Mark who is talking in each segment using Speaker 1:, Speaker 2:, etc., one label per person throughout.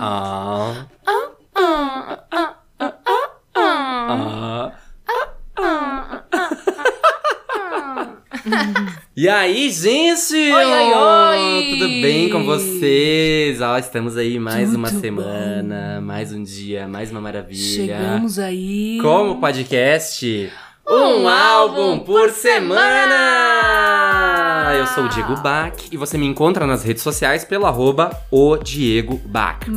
Speaker 1: Ah,
Speaker 2: Ah,
Speaker 1: ah. E aí, gente? Oi,
Speaker 2: oi, oi!
Speaker 1: Tudo bem com vocês? Ó, estamos aí mais
Speaker 2: Tudo
Speaker 1: uma
Speaker 2: bom.
Speaker 1: semana, mais um dia, mais uma maravilha.
Speaker 2: Chegamos aí.
Speaker 1: Como podcast,
Speaker 2: Um álbum
Speaker 1: um, álbum
Speaker 2: por
Speaker 1: por semana!
Speaker 2: semana!
Speaker 1: Eu sou o Diego Bach e você me encontra nas redes sociais pelo arroba o Diego Bach. B-A-C-K.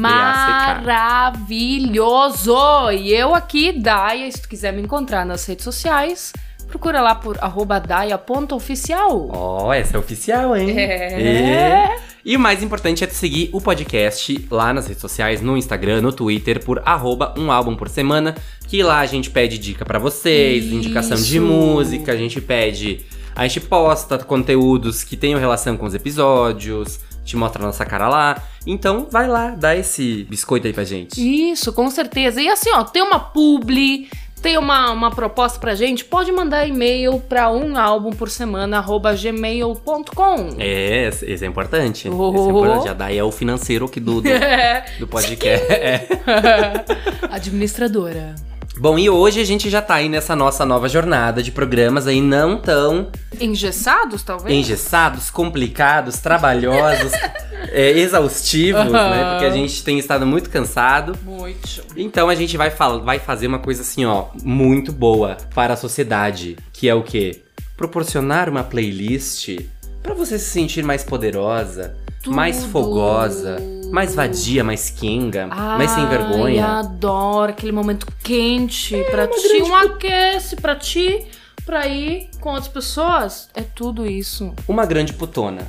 Speaker 2: Maravilhoso! E eu aqui, Daia, se tu quiser me encontrar nas redes sociais, procura lá por arroba daia.oficial.
Speaker 1: Ó, essa é oficial, hein?
Speaker 2: É.
Speaker 1: E o mais importante é tu seguir o podcast lá nas redes sociais, no Instagram, no Twitter, por arroba um álbum por semana, que lá a gente pede dica pra vocês, indicação de
Speaker 2: Isso.
Speaker 1: música, a gente pede. A gente posta conteúdos que tenham relação com os episódios, te mostra a nossa cara lá. Então vai lá, dá esse biscoito aí pra gente.
Speaker 2: Isso, com certeza. E assim, ó, tem uma publi, tem uma, uma proposta pra gente, pode mandar e-mail pra um álbum por semana, arroba gmail.com.
Speaker 1: É, esse esse é importante. Esse
Speaker 2: Oh.
Speaker 1: é importante. Já daí é o financeiro aqui do, do, do podcast. É.
Speaker 2: Administradora.
Speaker 1: Bom, e hoje a gente já tá aí nessa nossa nova jornada de programas aí não tão
Speaker 2: Engessados, talvez?
Speaker 1: engessados, complicados, trabalhosos, é, exaustivos,
Speaker 2: Aham.
Speaker 1: né? Porque a gente tem estado muito cansado.
Speaker 2: Muito.
Speaker 1: Então a gente vai, fal- vai fazer uma coisa assim, ó, muito boa para a sociedade, que é o quê? Proporcionar uma playlist pra você se sentir mais poderosa, mais
Speaker 2: Tudo.
Speaker 1: fogosa, mais vadia, mais quenga, mais sem
Speaker 2: Ai,
Speaker 1: vergonha. É
Speaker 2: adoro aquele momento quente. pra ti, um aquece. Pra ti, pra ir com outras pessoas. É tudo isso.
Speaker 1: Uma grande putona.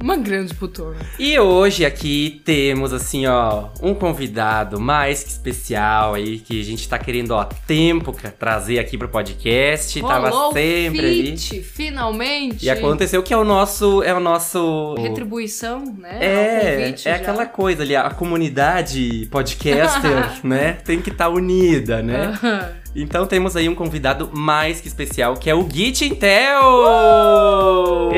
Speaker 2: Uma grande putona.
Speaker 1: E hoje aqui temos, assim, ó, um convidado mais que especial aí, que a gente tá querendo, ó, tempo pra trazer aqui pro podcast.
Speaker 2: Rolou
Speaker 1: tava sempre ali.
Speaker 2: fit, finalmente.
Speaker 1: E aconteceu que é o nosso. É o nosso.
Speaker 2: Retribuição, né? Ao
Speaker 1: É,
Speaker 2: convite
Speaker 1: é
Speaker 2: já.
Speaker 1: aquela coisa ali, a comunidade podcaster, né? Tem que estar unida, né?
Speaker 2: Aham.
Speaker 1: Então temos aí um convidado mais que especial, que é o Gui Tintel!
Speaker 2: Uh!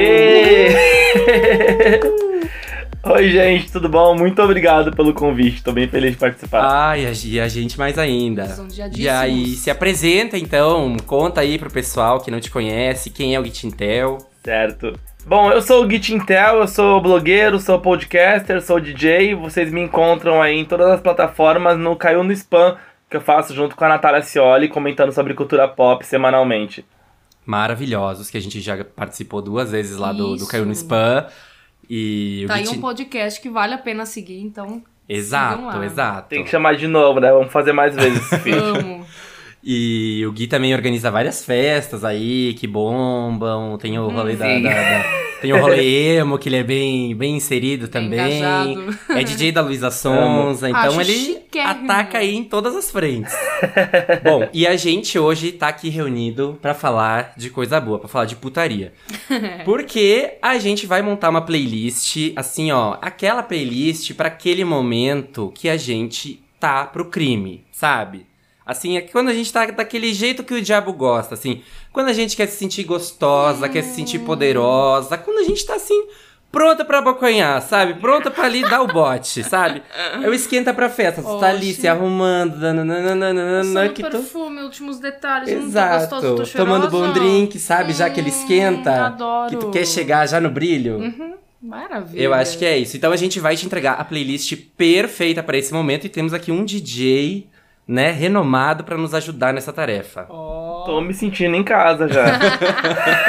Speaker 3: Oi, gente, tudo bom? Muito obrigado pelo convite, tô bem feliz de participar.
Speaker 1: Ai, a gi- a gente mais ainda.
Speaker 2: Lisonjeadíssimos.
Speaker 1: E aí, se apresenta então, conta aí pro pessoal que não te conhece, quem é o Gitintel.
Speaker 3: Certo. Bom, eu sou o Git Intel, eu sou blogueiro, sou podcaster, sou DJ. Vocês me encontram aí em todas as plataformas no Caiu no Spam, que eu faço junto com a Natália Cioli, comentando sobre cultura pop semanalmente.
Speaker 1: Maravilhosos, que a gente já participou duas vezes lá do, do
Speaker 2: Isso.
Speaker 1: Caiu no Spam. E
Speaker 2: Tá
Speaker 1: o
Speaker 2: aí
Speaker 1: Gitin-
Speaker 2: um podcast que vale a pena seguir, então sigam
Speaker 1: Exato,
Speaker 2: lá.
Speaker 1: exato.
Speaker 3: Tem que chamar de novo, né? Vamos fazer mais vezes esse feed.
Speaker 2: amo.
Speaker 1: E o Gui também organiza várias festas aí, que bombam. Tem o
Speaker 2: Uhum.
Speaker 1: rolê da,
Speaker 3: Sim.
Speaker 1: da- da- Tem o rolê emo, que ele é bem, bem inserido também.
Speaker 2: Engajado.
Speaker 1: É DJ da Luísa Sonza, então
Speaker 2: Acho
Speaker 1: ele
Speaker 2: chiquérrimo.
Speaker 1: ataca aí em todas as frentes. Bom, e a gente hoje tá aqui reunido pra falar de coisa boa, pra falar de putaria. Porque a gente vai montar uma playlist, assim, ó, aquela playlist pra aquele momento que a gente tá pro crime, sabe? Assim, é que quando a gente tá daquele jeito que o diabo gosta, assim. Quando a gente quer se sentir gostosa, quer se sentir poderosa, quando a gente tá assim, pronta pra abocanhar, sabe? Pronta pra ali dar o bote, sabe? É o esquenta pra festa, tu tá ali
Speaker 2: Oxe.
Speaker 1: se arrumando, nananana,
Speaker 2: Passando
Speaker 1: é que tu...
Speaker 2: perfume, últimos detalhes, não tá
Speaker 1: Exato,
Speaker 2: gostoso, tô
Speaker 1: tomando
Speaker 2: cheirosa.
Speaker 1: bom drink, sabe? Já que ele
Speaker 2: Hum,
Speaker 1: esquenta,
Speaker 2: adoro. Uhum.
Speaker 1: que tu quer chegar já no brilho.
Speaker 2: Maravilha.
Speaker 1: Eu acho que é isso. Então a gente vai te entregar a playlist perfeita pra esse momento e temos aqui um DJ, né, renomado pra nos ajudar nessa tarefa.
Speaker 2: Ó,
Speaker 3: Tô me sentindo em casa já.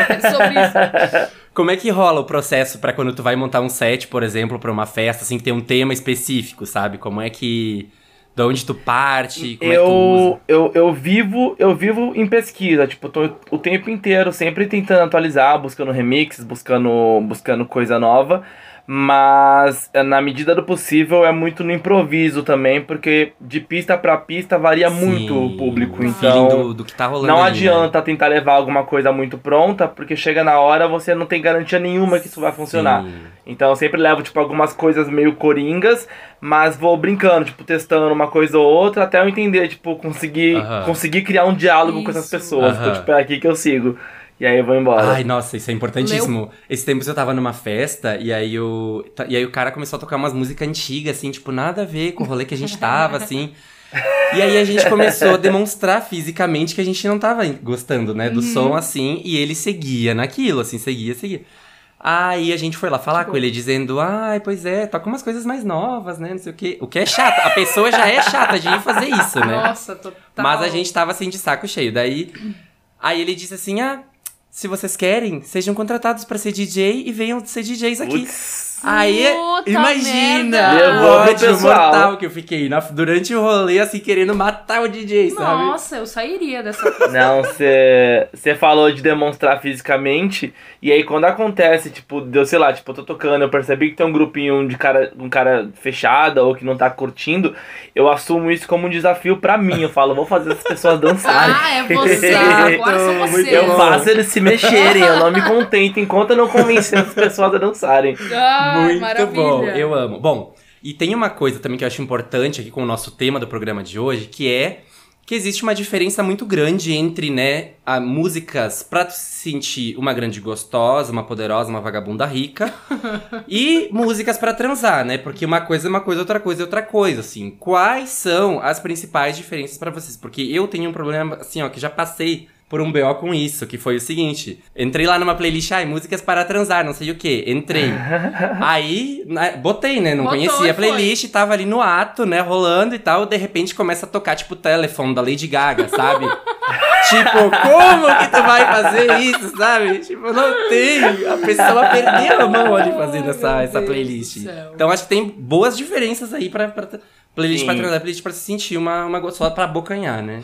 Speaker 2: é sobre isso.
Speaker 1: Como é que rola o processo pra quando tu vai montar um set, por exemplo, pra uma festa, assim, que tem um tema específico, sabe? Como é que de onde tu parte, como é que tu usa?
Speaker 3: eu, eu, eu vivo eu vivo em pesquisa, tipo, tô o tempo inteiro sempre tentando atualizar, buscando remixes, buscando, buscando coisa nova, mas eh, na medida do possível é muito no improviso também, porque de pista pra pista varia
Speaker 1: Sim,
Speaker 3: muito o público,
Speaker 1: assim, o
Speaker 3: então
Speaker 1: feeling do, do que tá rolando
Speaker 3: não
Speaker 1: ali, né?
Speaker 3: adianta tentar levar alguma coisa muito pronta, porque chega na hora você não tem garantia nenhuma é que isso vai funcionar.
Speaker 1: Sim.
Speaker 3: Então eu sempre levo, tipo, algumas coisas meio coringas, mas vou brincando, tipo, testando uma coisa ou outra até eu entender, tipo, conseguir,
Speaker 1: Aham.
Speaker 3: conseguir criar um diálogo com
Speaker 2: Isso.
Speaker 3: essas pessoas.
Speaker 1: Aham.
Speaker 3: Então, tipo, é aqui que eu sigo. E aí eu vou embora.
Speaker 1: Ai, nossa, isso é importantíssimo. Esse tempo eu tava numa festa e aí, o, ta- e aí o cara começou a tocar umas músicas antigas, assim, tipo, nada a ver com o rolê que a gente tava, assim. E aí a gente começou a demonstrar fisicamente que a gente não tava gostando, né, do som assim, e ele seguia naquilo, assim, seguia, seguia. Aí a gente foi lá falar com ele dizendo: "Ai, pois é, toca umas coisas mais novas, né, não sei o quê". O que é chato, a pessoa já é chata de ir fazer isso, né?
Speaker 2: Nossa, total.
Speaker 1: Mas a gente tava assim de saco cheio. Daí aí ele disse assim: "Ah, se vocês querem, sejam contratados pra ser DJ e venham ser DJs aqui".
Speaker 3: Putz.
Speaker 1: Aí,
Speaker 2: Puta
Speaker 1: imagina!
Speaker 2: merda!
Speaker 1: o
Speaker 3: Levou
Speaker 1: ódio
Speaker 3: o pessoal.
Speaker 1: mortal que eu fiquei na- durante o rolê, assim, querendo matar o DJ, sabe?
Speaker 2: Nossa, eu sairia dessa coisa.
Speaker 3: Não, você falou de demonstrar fisicamente, e aí quando acontece, tipo, deu, sei lá, tipo, eu tô tocando, eu percebi que tem um grupinho de cara, um cara fechada ou que não tá curtindo, eu assumo isso como um desafio pra mim. Eu falo, vou fazer as pessoas dançarem.
Speaker 2: Ah, é você. Agora são
Speaker 1: Muito
Speaker 2: vocês.
Speaker 3: Eu
Speaker 1: bom.
Speaker 3: faço eles se mexerem, eu não me contento enquanto eu não convencer as pessoas a dançarem.
Speaker 2: Ah,
Speaker 1: Muito
Speaker 2: maravilha.
Speaker 1: bom, eu amo. Bom, e tem uma coisa também que eu acho importante aqui com o nosso tema do programa de hoje, que é que existe uma diferença muito grande entre, né, a músicas pra se sentir uma grande gostosa, uma poderosa, uma vagabunda rica, e músicas pra transar, né? Porque uma coisa é uma coisa, outra coisa é outra coisa, assim. Quais são as principais diferenças pra vocês? Porque eu tenho um problema, assim, ó, que já passei por um BO com isso, que foi o seguinte. Entrei lá numa playlist, ai, músicas para transar, não sei o quê. Entrei. Aí, na- botei, né? Não
Speaker 2: Botou
Speaker 1: conhecia
Speaker 2: e
Speaker 1: a playlist, tava ali no ato, né? Rolando e tal. De repente começa a tocar, tipo, o telefone da Lady Gaga, sabe? tipo, como que tu vai fazer isso, sabe? Tipo, não tem. A pessoa perdeu a mão ali fazendo
Speaker 2: Ai,
Speaker 1: essa,
Speaker 2: meu
Speaker 1: essa
Speaker 2: Deus
Speaker 1: playlist.
Speaker 2: do céw.
Speaker 1: Então acho que tem boas diferenças aí pra, pra playlist
Speaker 3: Sim.
Speaker 1: pra transar, playlist pra se sentir uma, uma gostosa, pra abocanhar, né?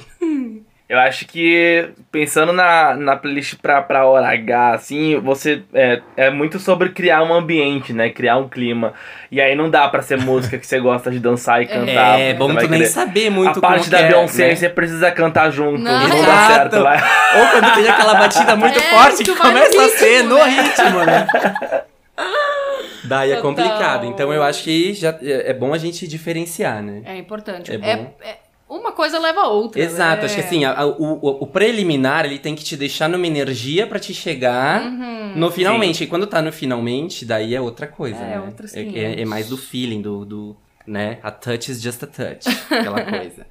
Speaker 3: Eu acho que, pensando na, na playlist pra, pra hora H, assim, você é, é muito sobre criar um ambiente, né? Criar um clima. E aí não dá pra ser música que você gosta de dançar e cantar.
Speaker 1: é
Speaker 3: porque
Speaker 1: bom
Speaker 3: você vai
Speaker 1: tu nem
Speaker 3: querer.
Speaker 1: saber muito
Speaker 3: A parte
Speaker 1: como
Speaker 3: da
Speaker 1: que é,
Speaker 3: Beyoncé,
Speaker 1: né?
Speaker 3: você precisa cantar junto.
Speaker 2: Não.
Speaker 3: Não, dá
Speaker 1: Exato.
Speaker 3: certo. Vai.
Speaker 1: Ou quando tem aquela batida muito
Speaker 2: É,
Speaker 1: forte que
Speaker 2: tu vai no
Speaker 1: começa a ser
Speaker 2: ritmo,
Speaker 1: no
Speaker 2: né?
Speaker 1: ritmo, né? Daí é
Speaker 2: Total.
Speaker 1: complicado. Então eu acho que já é é bom a gente diferenciar, né?
Speaker 2: É importante.
Speaker 1: É bom.
Speaker 2: é- uma coisa leva a outra.
Speaker 1: Exato,
Speaker 2: né?
Speaker 1: acho que assim, a- a- o, o- o preliminar ele tem que te deixar numa energia pra te chegar
Speaker 2: Uhum.
Speaker 1: no finalmente. E quando tá no finalmente, daí é outra coisa,
Speaker 2: É,
Speaker 1: né?
Speaker 2: outros
Speaker 1: é,
Speaker 2: 500.
Speaker 1: é- é mais do feeling, do, do. né? A touch is just a touch. Aquela coisa.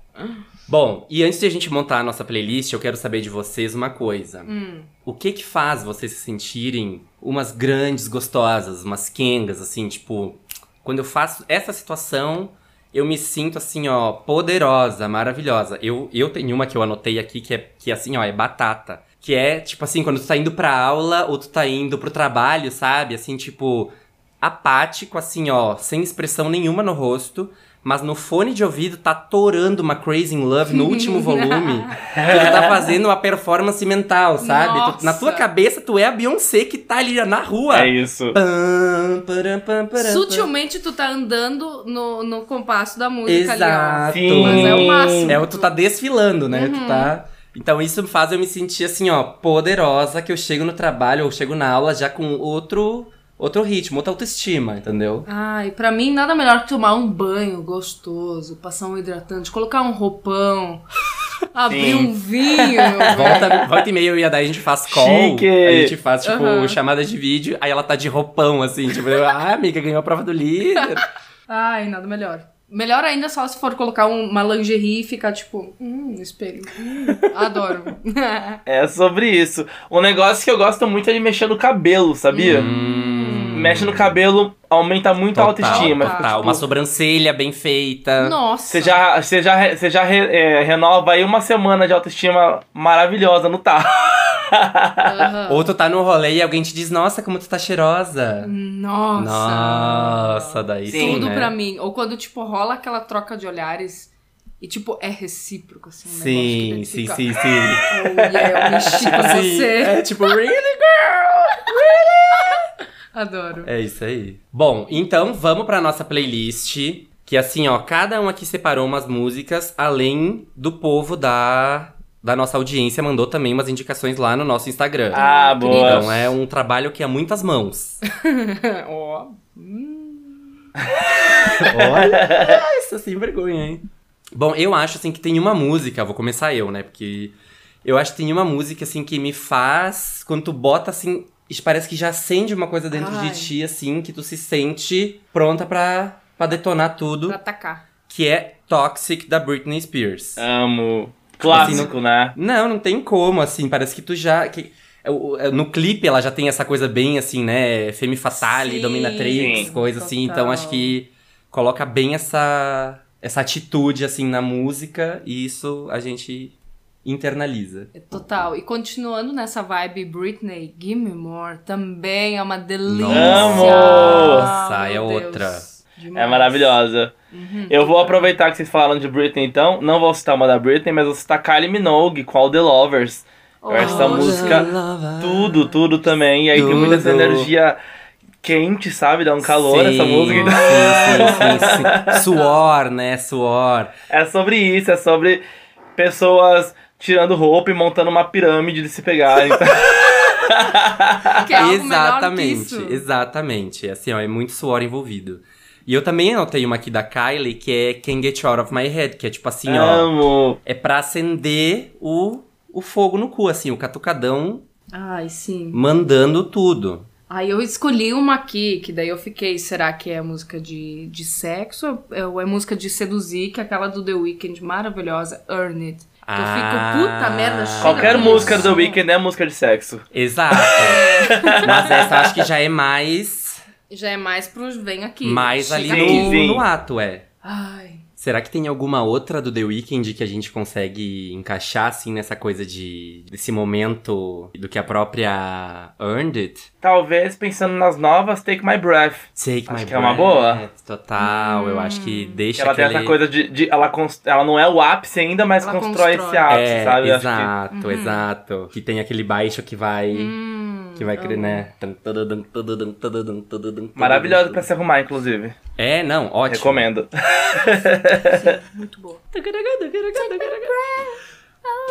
Speaker 1: Bom, e antes de a gente montar a nossa playlist, eu quero saber de vocês uma coisa.
Speaker 2: Hum.
Speaker 1: O que que faz vocês se sentirem umas grandes gostosas, umas quengas, assim, tipo, quando eu faço essa situação, eu me sinto assim, ó, poderosa, maravilhosa. Eu, eu tenho uma que eu anotei aqui que é que assim, ó, é batata. Que é, tipo assim, quando tu tá indo pra aula ou tu tá indo pro trabalho, sabe? Assim, tipo, apático, assim, ó, sem expressão nenhuma no rosto, mas no fone de ouvido tá torando uma Crazy in Love no último volume. Que tu tá fazendo uma performance mental, sabe? Tu-
Speaker 2: Nossa.
Speaker 1: na tua cabeça, tu é a Beyoncé que tá ali na rua.
Speaker 3: É isso.
Speaker 1: Pam, param, pam, param,
Speaker 2: Sutilmente tu tá andando no, no compasso da
Speaker 1: pam.
Speaker 2: música ali, ó.
Speaker 1: Exato.
Speaker 3: Sim.
Speaker 2: Mas é o máximo.
Speaker 1: É, o- tu tá desfilando, né?
Speaker 2: Uhum.
Speaker 1: Tu tá... Então isso faz eu me sentir assim, ó, poderosa, que eu chego no trabalho ou chego na aula já com outro, outro ritmo, outra autoestima, entendeu?
Speaker 2: Ai, pra mim nada melhor que tomar um banho gostoso, passar um hidratante, colocar um roupão, abrir um vinho.
Speaker 1: Volta, volta e meia eu ia dar, a gente faz call,
Speaker 3: Chique!
Speaker 1: a gente faz, tipo,
Speaker 2: Uhum.
Speaker 1: chamada de vídeo, aí ela tá de roupão, assim, tipo, eu, ah, amiga, ganhou a prova do líder.
Speaker 2: Ai, nada melhor. Melhor ainda só se for colocar um- uma lingerie e ficar tipo, hum, no espelho. Hum, adoro.
Speaker 3: É sobre isso. Um negócio que eu gosto muito é de mexer no cabelo, sabia?
Speaker 2: Hum.
Speaker 3: Mexe no cabelo, aumenta muito a
Speaker 1: Hum.
Speaker 3: autoestima.
Speaker 1: Total,
Speaker 3: Fica,
Speaker 1: total.
Speaker 3: tipo,
Speaker 1: uma sobrancelha bem feita.
Speaker 2: Nossa.
Speaker 3: Você já, você já, re- você já re- é, renova aí uma semana de autoestima maravilhosa no tá.
Speaker 2: Aham.
Speaker 1: Ou tu tá no rolê e alguém te diz, nossa, como tu tá cheirosa.
Speaker 2: Nossa.
Speaker 1: Nossa, daí sim,
Speaker 2: Tudo
Speaker 1: né?
Speaker 2: pra mim. Ou quando, tipo, rola aquela troca de olhares e, tipo, é recíproco, assim. um negócio que
Speaker 1: Sim,
Speaker 2: daí
Speaker 1: sim,
Speaker 2: fica,
Speaker 1: sim, sim.
Speaker 2: Oh, yeah, eu mexi com
Speaker 1: Sim,
Speaker 2: você.
Speaker 1: É tipo, really?
Speaker 2: Adoro.
Speaker 1: É isso aí. Bom, então vamos pra nossa playlist. Que assim, ó, cada um aqui separou umas músicas, além do povo da, da nossa audiência, mandou também umas indicações lá no nosso Instagram.
Speaker 3: Ah, boa.
Speaker 1: Então é um trabalho que há muitas mãos.
Speaker 2: Ó. hum,
Speaker 1: Olha, isso sem vergonha, hein? Bom, eu acho assim que tem uma música, vou começar eu, né? Porque eu acho que tem uma música assim que me faz quando tu bota assim, isso parece que já acende uma coisa dentro
Speaker 2: Ai.
Speaker 1: de ti assim, que tu se sente pronta pra pra detonar tudo,
Speaker 2: Pra atacar.
Speaker 1: que é Toxic da Britney Spears.
Speaker 3: Amo. Clássico,
Speaker 1: Assim,
Speaker 3: né?
Speaker 1: Não, não tem como, assim, parece que tu já. que- é, o- é, no clipe ela já tem essa coisa bem assim, né? Femme fatale,
Speaker 2: Sim,
Speaker 1: dominatrix,
Speaker 3: sim.
Speaker 1: coisa assim. Então
Speaker 2: Total.
Speaker 1: acho que coloca bem essa, essa atitude, assim, na música, e isso a gente internaliza.
Speaker 2: Total. E continuando nessa vibe, Britney, Gimme More também é uma delícia.
Speaker 1: Nossa,
Speaker 2: Meu
Speaker 1: é
Speaker 2: Deus.
Speaker 1: outra.
Speaker 3: É
Speaker 2: Demais.
Speaker 3: maravilhosa. Eu vou aproveitar que vocês falaram de Britney, então. Não vou citar uma da Britney, mas vou citar Kylie Minogue, com All The Lovers. Eu acho essa
Speaker 2: Oh,
Speaker 3: música Tudo, tudo também. E aí tem muita essa
Speaker 1: Ah, Tudo.
Speaker 3: energia quente, sabe? Dá um calor essa
Speaker 1: Sim,
Speaker 3: música. Então,
Speaker 1: Sim, sim, sim, sim. Suor, né? Suor.
Speaker 3: É sobre isso, é sobre pessoas tirando roupa e montando uma pirâmide de se pegar. Então,
Speaker 2: Que é algo
Speaker 1: exatamente,
Speaker 2: menor que isso.
Speaker 1: exatamente. Assim, ó, é muito suor envolvido. E eu também anotei uma aqui da Kylie, que é Can't Get You Out of My Head, que é tipo assim, ó.
Speaker 3: Então, amo.
Speaker 1: É pra acender o, o fogo no cu, assim, o catucadão
Speaker 2: Ai, sim.
Speaker 1: mandando tudo.
Speaker 2: Aí eu escolhi uma aqui, que daí eu fiquei, será que é música de, de sexo ou é- ou é música de seduzir, que é aquela do The Weeknd, maravilhosa, Earn It. Que
Speaker 1: Ah.
Speaker 2: eu fico, puta merda, chega
Speaker 3: Qualquer
Speaker 2: com
Speaker 3: música do
Speaker 2: isso.
Speaker 3: The Weeknd é música de sexo.
Speaker 1: Exato. Mas essa eu acho que já é mais.
Speaker 2: Já é mais pros vem aqui.
Speaker 1: mais ali
Speaker 2: Chega
Speaker 3: no-
Speaker 2: aqui.
Speaker 1: no,
Speaker 3: Sim.
Speaker 1: no ato, é.
Speaker 2: Ai,
Speaker 1: Será que tem alguma outra do The Weeknd que a gente consegue encaixar, assim, nessa coisa de... Desse momento do que a própria Earned It?
Speaker 3: Talvez pensando nas novas, Take My Breath.
Speaker 1: Take
Speaker 3: Acho
Speaker 1: My
Speaker 3: que é uma
Speaker 1: Breath,
Speaker 3: boa. Hum.
Speaker 1: Total, eu acho que
Speaker 3: Que
Speaker 1: deixa
Speaker 3: ela tem
Speaker 1: aquele...
Speaker 3: essa coisa de. de- ela, cons- ela não é o ápice ainda, mas
Speaker 2: Ela
Speaker 3: constrói,
Speaker 2: constrói.
Speaker 3: esse ápice,
Speaker 1: É,
Speaker 3: sabe? Eu acho que-
Speaker 1: exato, exato. Que tem aquele baixo que vai...
Speaker 2: hum,
Speaker 1: Que vai
Speaker 2: eu-
Speaker 1: querer, né?
Speaker 3: Uhum. Maravilhosa pra se arrumar, inclusive.
Speaker 1: É, não, ótimo.
Speaker 3: Recomendo.
Speaker 2: Sim, muito boa.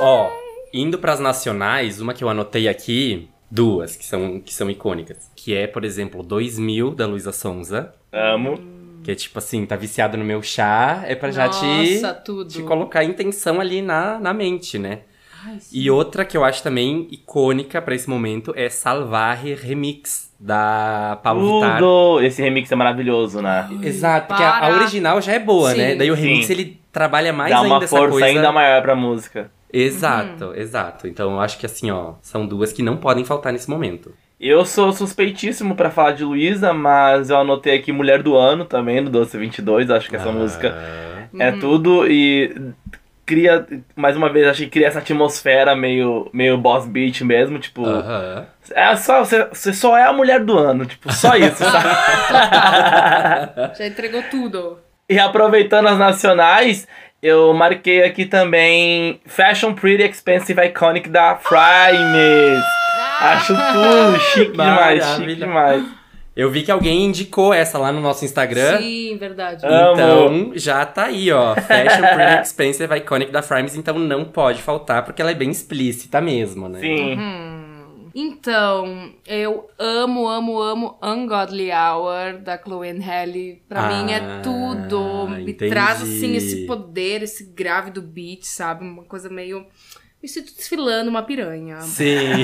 Speaker 1: Ó, indo pras nacionais, uma que eu anotei aqui, duas que são, que são icônicas. Que é, por exemplo, 2000, da Luísa Sonza.
Speaker 3: Amo.
Speaker 1: Que é tipo assim, tá viciado no meu chá, é pra já te,
Speaker 2: Nossa, tudo.
Speaker 1: te colocar a intenção ali na, na mente, né?
Speaker 2: Ai, sim.
Speaker 1: E outra que eu acho também icônica pra esse momento é Salvare Remix, da Paulo Vittar.
Speaker 3: Tudo! Esse remix é maravilhoso, né?
Speaker 1: Exato, porque a, a
Speaker 2: Para.
Speaker 1: original já é boa, né?
Speaker 2: Sim.
Speaker 1: Daí o remix
Speaker 3: Sim.
Speaker 1: ele trabalha mais
Speaker 3: Dá
Speaker 1: ainda
Speaker 3: uma
Speaker 1: essa
Speaker 3: força
Speaker 1: coisa.
Speaker 3: ainda maior pra música.
Speaker 1: Exato,
Speaker 2: Uhum.
Speaker 1: exato. Então eu acho que assim, ó, são duas que não podem faltar nesse momento.
Speaker 3: Eu sou suspeitíssimo pra falar de Luísa, mas eu anotei aqui Mulher do Ano também, do Doce 22. Acho que essa
Speaker 1: Ah,
Speaker 3: música é tudo e cria, mais uma vez, acho que cria essa atmosfera meio, meio boss beat mesmo. Tipo,
Speaker 1: Aham.
Speaker 3: é só, você, você só é a mulher do ano, tipo, só isso, sabe?
Speaker 2: Já entregou tudo.
Speaker 3: E aproveitando as nacionais, eu marquei aqui também Fashion Pretty Expensive Iconic da Frimes.
Speaker 2: Ah,
Speaker 1: Ah,
Speaker 3: Acho tudo chique demais, chique
Speaker 1: Maravilha.
Speaker 3: demais.
Speaker 1: Eu vi que alguém indicou essa lá no nosso Instagram.
Speaker 2: Sim, verdade.
Speaker 3: Ah.
Speaker 1: Então, já tá aí, ó. Fashion Pretty Expensive Iconic da Frimes, então não pode faltar, porque ela é bem explícita mesmo, né?
Speaker 2: Uhum.
Speaker 3: Sim.
Speaker 2: Hum. Então, eu amo, amo, amo Ungodly Hour da Chloe and Halle. Pra
Speaker 1: Ah,
Speaker 2: mim é tudo. Me
Speaker 1: entendi.
Speaker 2: traz assim esse poder, esse grave do beat, sabe? Uma coisa meio. Me sinto desfilando uma piranha.
Speaker 1: Sim.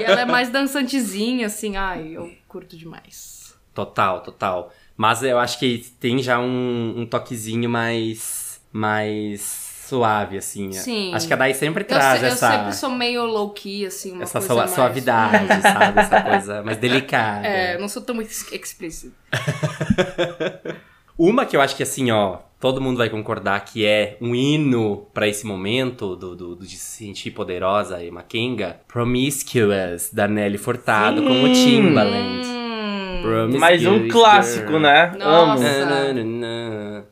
Speaker 2: E ela é mais dançantezinha, assim. Ai, eu curto demais.
Speaker 1: total, total. Mas eu acho que tem já um, um toquezinho mais. mais suave, assim.
Speaker 2: Sim.
Speaker 1: Acho que a Dai sempre
Speaker 2: Eu,
Speaker 1: traz
Speaker 2: se- eu
Speaker 1: essa.
Speaker 2: sempre sou meio low key, assim. Uma
Speaker 1: essa
Speaker 2: coisa
Speaker 1: sua-
Speaker 2: mais...
Speaker 1: suavidade, sabe? Essa coisa mais delicada.
Speaker 2: É, eu não sou tão ex- explícita.
Speaker 1: Uma que eu acho que assim, ó, todo mundo vai concordar que é um hino pra esse momento do, do- do- de se sentir poderosa e maquenga. Promiscuous, da Nelly Furtado, como o Timbaland.
Speaker 2: Hum.
Speaker 1: Promiscuous
Speaker 3: Mais um
Speaker 1: girl.
Speaker 3: clássico, né?
Speaker 2: Nossa.
Speaker 3: Amo.
Speaker 1: Nananana,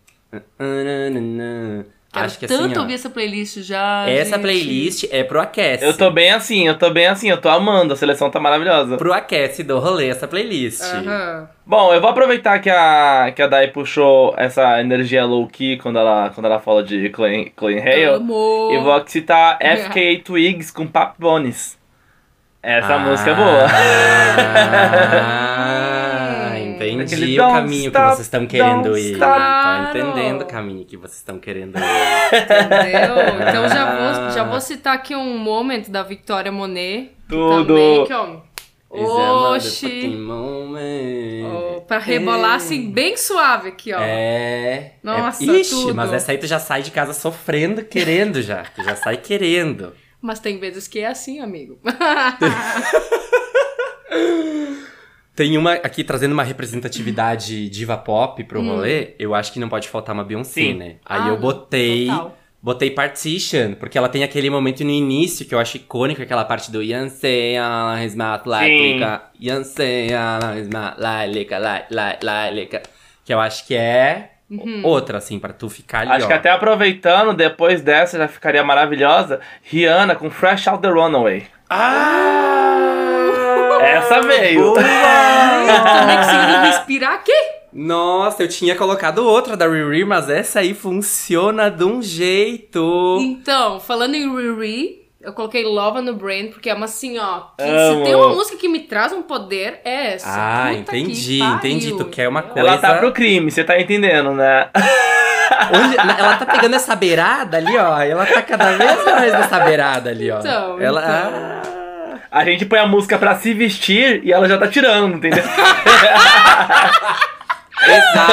Speaker 1: nananana.
Speaker 2: Quero
Speaker 1: Acho que assim,
Speaker 2: tanto
Speaker 1: ó,
Speaker 2: ouvir essa playlist já.
Speaker 1: essa
Speaker 2: gente.
Speaker 1: playlist é pro aquece.
Speaker 3: Eu tô bem assim, eu tô bem assim, eu tô amando, a seleção tá maravilhosa.
Speaker 1: Pro aquece do rolê, essa playlist.
Speaker 2: Aham.
Speaker 3: Bom, eu vou aproveitar que a, que a Dai puxou essa energia low-key quando ela, quando ela fala de Clean Hale.
Speaker 2: Amo.
Speaker 3: E É, vou aqui citar FKA Twigs com Pap Bones. Essa música é boa.
Speaker 1: Ah, entendi
Speaker 3: Aquele
Speaker 1: o
Speaker 3: don't
Speaker 1: caminho que
Speaker 3: stop,
Speaker 1: vocês estão querendo
Speaker 3: don't
Speaker 1: ir.
Speaker 3: stop.
Speaker 1: Tá
Speaker 2: Claro.
Speaker 1: entendendo o caminho que vocês estão querendo ir.
Speaker 2: Entendeu? Então já vou, já vou citar aqui um momento da Victoria Monet.
Speaker 3: Tudo.
Speaker 2: Também, que, ó,
Speaker 1: Is there a
Speaker 2: Oxi. Oh.
Speaker 1: motherfucking moment?
Speaker 2: Ó, pra rebolar assim, bem suave aqui, ó.
Speaker 1: É.
Speaker 2: Nossa,
Speaker 1: é... Ixi,
Speaker 2: tudo.
Speaker 1: mas essa aí tu já sai de casa sofrendo, querendo já. Tu já sai querendo.
Speaker 2: Mas tem vezes que é assim, amigo.
Speaker 1: Tem uma aqui trazendo uma representatividade diva pop pro rolê. Eu acho que não pode faltar uma Beyoncé,
Speaker 3: Sim.
Speaker 1: né? Aí
Speaker 2: Hum. Ah,
Speaker 1: eu
Speaker 2: não,
Speaker 1: botei.
Speaker 2: total.
Speaker 1: Botei Partition, porque ela tem aquele momento no início que eu acho icônico, aquela parte do ah, Yansei, Rismat, Lailica, Yansei, Rismat, Lailica, Lailica, que eu acho que é outra, assim, pra tu ficar ali,
Speaker 3: Uhum. Acho
Speaker 1: ó.
Speaker 3: que até aproveitando, depois dessa já ficaria maravilhosa. Rihanna com Fresh Out the Runaway.
Speaker 1: Ah!
Speaker 3: Essa veio.
Speaker 1: Boa!
Speaker 2: Também conseguindo respirar aqui.
Speaker 1: Nossa, eu tinha colocado outra da Riri, mas essa aí funciona de um jeito.
Speaker 2: Então, falando em Riri, eu coloquei Love no Brain, porque é uma assim, ó. que se
Speaker 3: Amo.
Speaker 2: tem uma música que me traz um poder, é essa.
Speaker 1: Ah,
Speaker 2: Puta que
Speaker 1: entendi,
Speaker 2: pariu,
Speaker 1: entendi. Tu quer uma
Speaker 2: entendeu?
Speaker 1: coisa-
Speaker 3: Ela tá pro crime, você tá entendendo, né?
Speaker 1: Onde- ela tá pegando essa beirada ali, ó. Ela tá cada vez mais nessa beirada ali, ó.
Speaker 2: Então,
Speaker 1: ela.
Speaker 2: então.
Speaker 3: A gente põe a música pra se vestir e ela já tá tirando, entendeu?
Speaker 1: ah,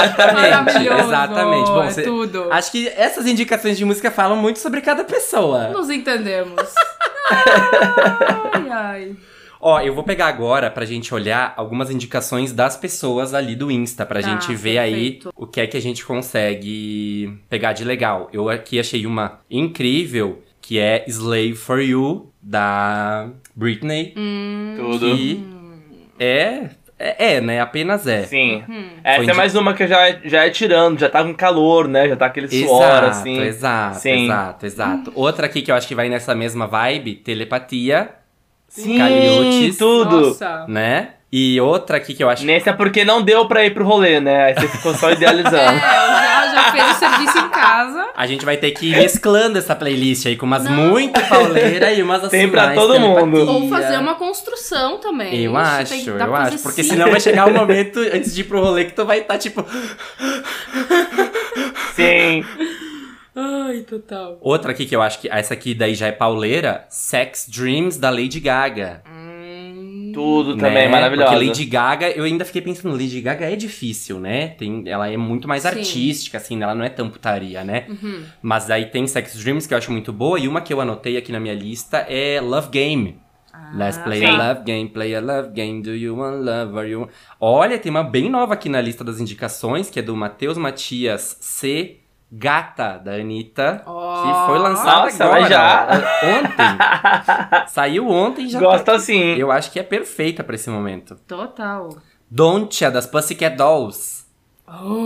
Speaker 1: Exatamente,
Speaker 2: Maravilhoso,
Speaker 1: exatamente. Bom,
Speaker 2: é
Speaker 1: você-
Speaker 2: tudo.
Speaker 1: acho que essas indicações de música falam muito sobre cada pessoa.
Speaker 2: Nos entendemos. ai, ai.
Speaker 1: Ó, eu vou pegar agora pra gente olhar algumas indicações das pessoas ali do Insta, pra
Speaker 2: Tá,
Speaker 1: gente ver
Speaker 2: perfeito.
Speaker 1: aí o que é que a gente consegue pegar de legal. Eu aqui achei uma incrível, que é Slave for You, da Britney.
Speaker 3: Tudo.
Speaker 1: Que
Speaker 2: Hum,
Speaker 1: é, é, é, né? Apenas é.
Speaker 3: Sim.
Speaker 2: Hum.
Speaker 1: Foi
Speaker 3: Essa é
Speaker 1: indi-
Speaker 3: mais uma que já, já é tirando, já tá com calor, né? Já tá aquele suor,
Speaker 1: Exato, é,
Speaker 3: assim.
Speaker 1: exato,
Speaker 3: Sim.
Speaker 1: exato, exato. Outra aqui que eu acho que vai nessa mesma vibe, telepatia,
Speaker 3: Sim,
Speaker 1: Calhotes.
Speaker 3: tudo.
Speaker 2: Nossa.
Speaker 1: né? E outra aqui que eu acho
Speaker 3: Nesse é porque não deu pra ir pro rolê, né? Aí você ficou só
Speaker 2: É, eu
Speaker 3: idealizando.
Speaker 2: já, já fez o serviço em casa.
Speaker 1: A gente vai ter que ir mesclando essa playlist aí com umas
Speaker 2: Não.
Speaker 1: muito pauleiras e umas assim.
Speaker 3: Tem pra
Speaker 1: mais
Speaker 3: todo mundo.
Speaker 1: telepatia.
Speaker 2: Ou fazer uma construção também.
Speaker 1: Eu
Speaker 2: Isso
Speaker 1: acho,
Speaker 2: tem que dar
Speaker 1: eu
Speaker 2: pra
Speaker 1: acho.
Speaker 2: fazer
Speaker 1: Porque
Speaker 2: sim.
Speaker 1: senão vai chegar o momento antes de ir pro rolê que tu vai estar tipo.
Speaker 3: Sim.
Speaker 2: Ai, total.
Speaker 1: Outra aqui que eu acho que. Essa aqui daí já é pauleira: Sex Dreams da Lady Gaga.
Speaker 2: Hum,
Speaker 3: Tudo
Speaker 1: né?
Speaker 3: também, é maravilhosa.
Speaker 1: Porque Lady Gaga, eu ainda fiquei pensando, Lady Gaga é difícil, né? Tem, ela é muito mais
Speaker 2: Sim.
Speaker 1: artística, assim, ela não é tão putaria, né?
Speaker 2: uhum.
Speaker 1: Mas aí tem Sex Dreams que eu acho muito boa, e uma que eu anotei aqui na minha lista é Love Game. Let's play
Speaker 2: Ah, sim.
Speaker 1: a love game, play a love game, do you want love or you want... Olha, tem uma bem nova aqui na lista das indicações, que é do Matheus Matias C. Gata, da Anitta,
Speaker 2: Ó.
Speaker 1: que foi lançada
Speaker 3: Nossa,
Speaker 1: agora,
Speaker 3: mas já-
Speaker 1: ontem. Saiu ontem e já tá
Speaker 3: Gosto
Speaker 1: aqui.
Speaker 3: assim.
Speaker 1: Eu acho que é perfeita pra esse momento.
Speaker 2: Total.
Speaker 1: Don'tia, das Pussycat Dolls.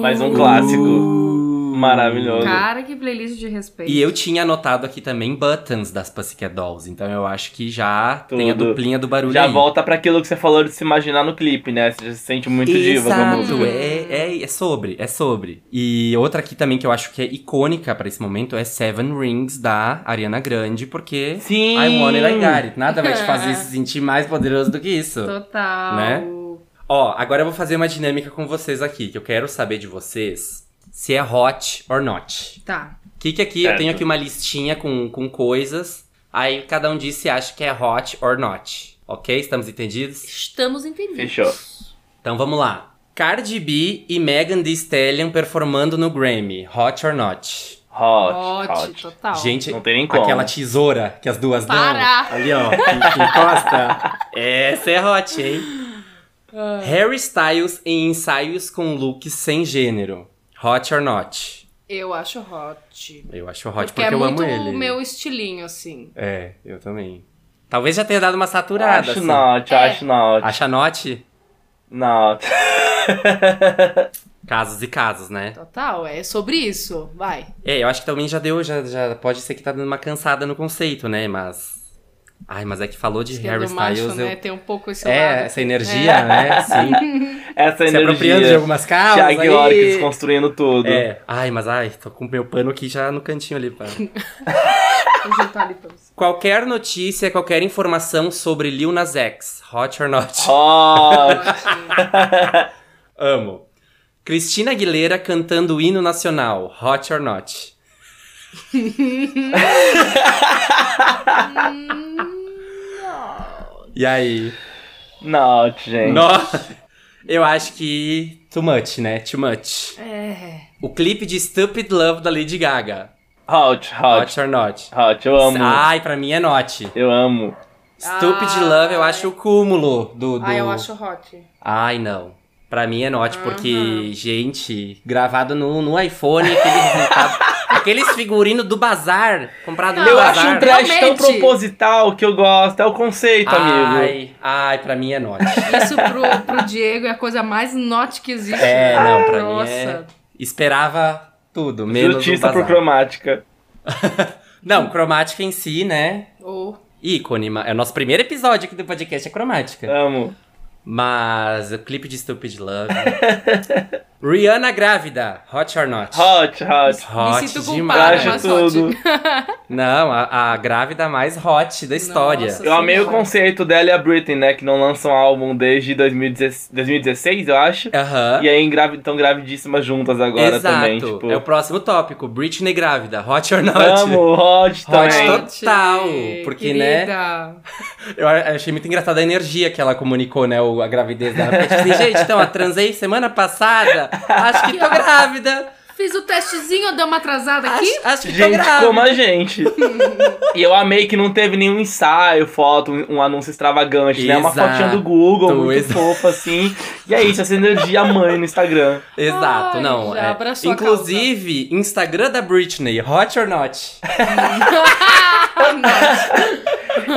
Speaker 3: Mais
Speaker 1: Oh.
Speaker 3: um clássico.
Speaker 1: Uh.
Speaker 3: Maravilhoso.
Speaker 2: Cara, que playlist de respeito.
Speaker 1: E eu tinha anotado aqui também Buttons das Pussycat Dolls, então eu acho que já tem a
Speaker 3: Tudo.
Speaker 1: duplinha do barulho
Speaker 3: Já
Speaker 1: aí.
Speaker 3: volta pra aquilo que você falou de se imaginar no clipe, né? Você já se sente muito diva com a
Speaker 1: Exato,
Speaker 3: música.
Speaker 1: é, é, é sobre, é sobre. E outra aqui também que eu acho que é icônica pra esse momento é Seven Rings da Ariana Grande, porque
Speaker 3: Sim.
Speaker 1: I want it, I got it. Nada vai te fazer se sentir mais poderoso do que isso.
Speaker 2: Total.
Speaker 1: Né? Ó, agora eu vou fazer uma dinâmica com vocês aqui, que eu quero saber de vocês se é hot or not.
Speaker 2: Tá.
Speaker 1: O que que aqui, eu
Speaker 3: Certo.
Speaker 1: tenho aqui uma listinha com, com coisas, aí cada um diz se acha que é hot or not. Ok? Estamos entendidos?
Speaker 2: Estamos entendendo.
Speaker 3: Fechou.
Speaker 1: Então vamos lá. Cardi B e Megan Thee Stallion performando no Grammy, hot or not?
Speaker 3: Hot,
Speaker 2: Hot,
Speaker 3: hot.
Speaker 2: total.
Speaker 1: Gente,
Speaker 3: Não tem nem como.
Speaker 1: aquela tesoura que as duas
Speaker 2: Para!
Speaker 1: dão. Ali, ó, que, que encosta. Essa é hot, hein?
Speaker 2: Ah.
Speaker 1: Harry Styles em ensaios com looks sem gênero. Hot or not?
Speaker 2: Eu acho hot.
Speaker 1: Eu acho hot porque,
Speaker 2: é
Speaker 1: eu
Speaker 2: muito
Speaker 1: amo ele.
Speaker 2: o meu estilinho, assim.
Speaker 1: É, eu também. Talvez já tenha dado uma saturada.
Speaker 3: Acho
Speaker 1: assim.
Speaker 3: not,
Speaker 2: É.
Speaker 3: acho not.
Speaker 1: Acha not?
Speaker 3: Not.
Speaker 1: Casos e casos, né?
Speaker 2: Total, é sobre isso. Vai.
Speaker 1: É, eu acho que também já deu, já, já pode ser que tá dando uma cansada no conceito, né? Mas. Ai, mas é que falou de
Speaker 2: Diz que é
Speaker 1: Harry
Speaker 2: do macho,
Speaker 1: Styles. eu...
Speaker 2: né? Tem um pouco esse
Speaker 1: É,
Speaker 2: lado.
Speaker 1: essa energia, né? Sim.
Speaker 3: Essa
Speaker 1: Se apropriando de
Speaker 3: energia.
Speaker 1: algumas causas.
Speaker 3: Thiago York
Speaker 1: aí...
Speaker 3: desconstruindo tudo.
Speaker 1: É. Ai, mas ai, tô com meu pano aqui já no cantinho ali, pá.
Speaker 2: Vou juntar ali pra você.
Speaker 1: Qualquer notícia, qualquer informação sobre Lil Nas X, hot or not.
Speaker 3: Hot.
Speaker 1: Amo. Cristina Aguilera cantando o hino nacional, hot or not. e aí?
Speaker 3: Not, gente.
Speaker 1: Nossa. Eu acho que. Too much, né? Too much.
Speaker 2: É.
Speaker 1: O clipe de Stupid Love da Lady Gaga.
Speaker 3: Hot, hot,
Speaker 1: Hot or not?
Speaker 3: hot. Eu amo.
Speaker 1: Ai, pra mim é not.
Speaker 3: Eu amo.
Speaker 1: Stupid
Speaker 2: Ai.
Speaker 1: Love eu acho o cúmulo do. do...
Speaker 2: Ah, eu acho hot.
Speaker 1: Ai, não. Pra mim é not, porque, gente, gravado no, no iPhone, aquele resultado. aqueles figurinos do bazar, comprado no
Speaker 2: Eu
Speaker 3: Eu
Speaker 1: bazar.
Speaker 3: acho um trash tão
Speaker 2: Realmente.
Speaker 3: proposital que eu gosto. É o conceito, amigo.
Speaker 1: Ai, ai, pra mim é not.
Speaker 2: Isso pro, pro Diego é a coisa mais not que existe.
Speaker 1: É,
Speaker 2: né?
Speaker 1: não, pra
Speaker 2: Nossa.
Speaker 1: mim é- Esperava tudo, menos o
Speaker 3: Justiça
Speaker 1: bazar.
Speaker 3: por cromática.
Speaker 1: Não, cromática em si, né?
Speaker 2: Ou-
Speaker 1: Ícone, ma- é o nosso primeiro episódio aqui do podcast, é cromática.
Speaker 3: Amo.
Speaker 1: Mas o clipe de Stupid Love. Rihanna grávida, hot or not?
Speaker 3: Hot, hot.
Speaker 1: Hot
Speaker 2: Me sinto
Speaker 1: demais.
Speaker 2: culpada,
Speaker 3: Acho
Speaker 2: mas
Speaker 3: tudo.
Speaker 2: hot.
Speaker 1: Não, a, a grávida mais hot da história.
Speaker 2: Nossa.
Speaker 3: Eu amei o
Speaker 2: Senhora.
Speaker 3: conceito dela e a Britney, né? Que não lançam álbum desde 2016, 2016, eu acho.
Speaker 1: Aham.
Speaker 3: E aí estão gravidíssimas juntas agora
Speaker 1: É. Exato.
Speaker 3: também. Tipo,
Speaker 1: É o próximo tópico. Britney grávida, hot or not?
Speaker 3: amo,
Speaker 1: Hot
Speaker 3: hot também.
Speaker 1: to- Total, porque, né?
Speaker 2: querida.
Speaker 1: Eu a- achei muito engraçada a energia que ela comunicou, né? o- A gravidez dela. Porque, tipo assim, gente, então, eu transei semana passada. Acho que tô grávida.
Speaker 2: Fiz o testezinho, deu uma atrasada aqui.
Speaker 1: Acho, acho que tô
Speaker 3: Gente
Speaker 1: grávida.
Speaker 3: como a gente. e eu amei que não teve nenhum ensaio, foto, um, um anúncio extravagante, né? Uma
Speaker 1: Exato,
Speaker 3: fotinha do Google, muito
Speaker 1: exa-
Speaker 3: fofa, assim. E é isso, essa energia mãe no Instagram.
Speaker 1: Exato,
Speaker 2: Ai,
Speaker 1: não.
Speaker 2: já
Speaker 1: é.
Speaker 2: abraçou a
Speaker 1: Inclusive, Instagram da Britney, hot or not?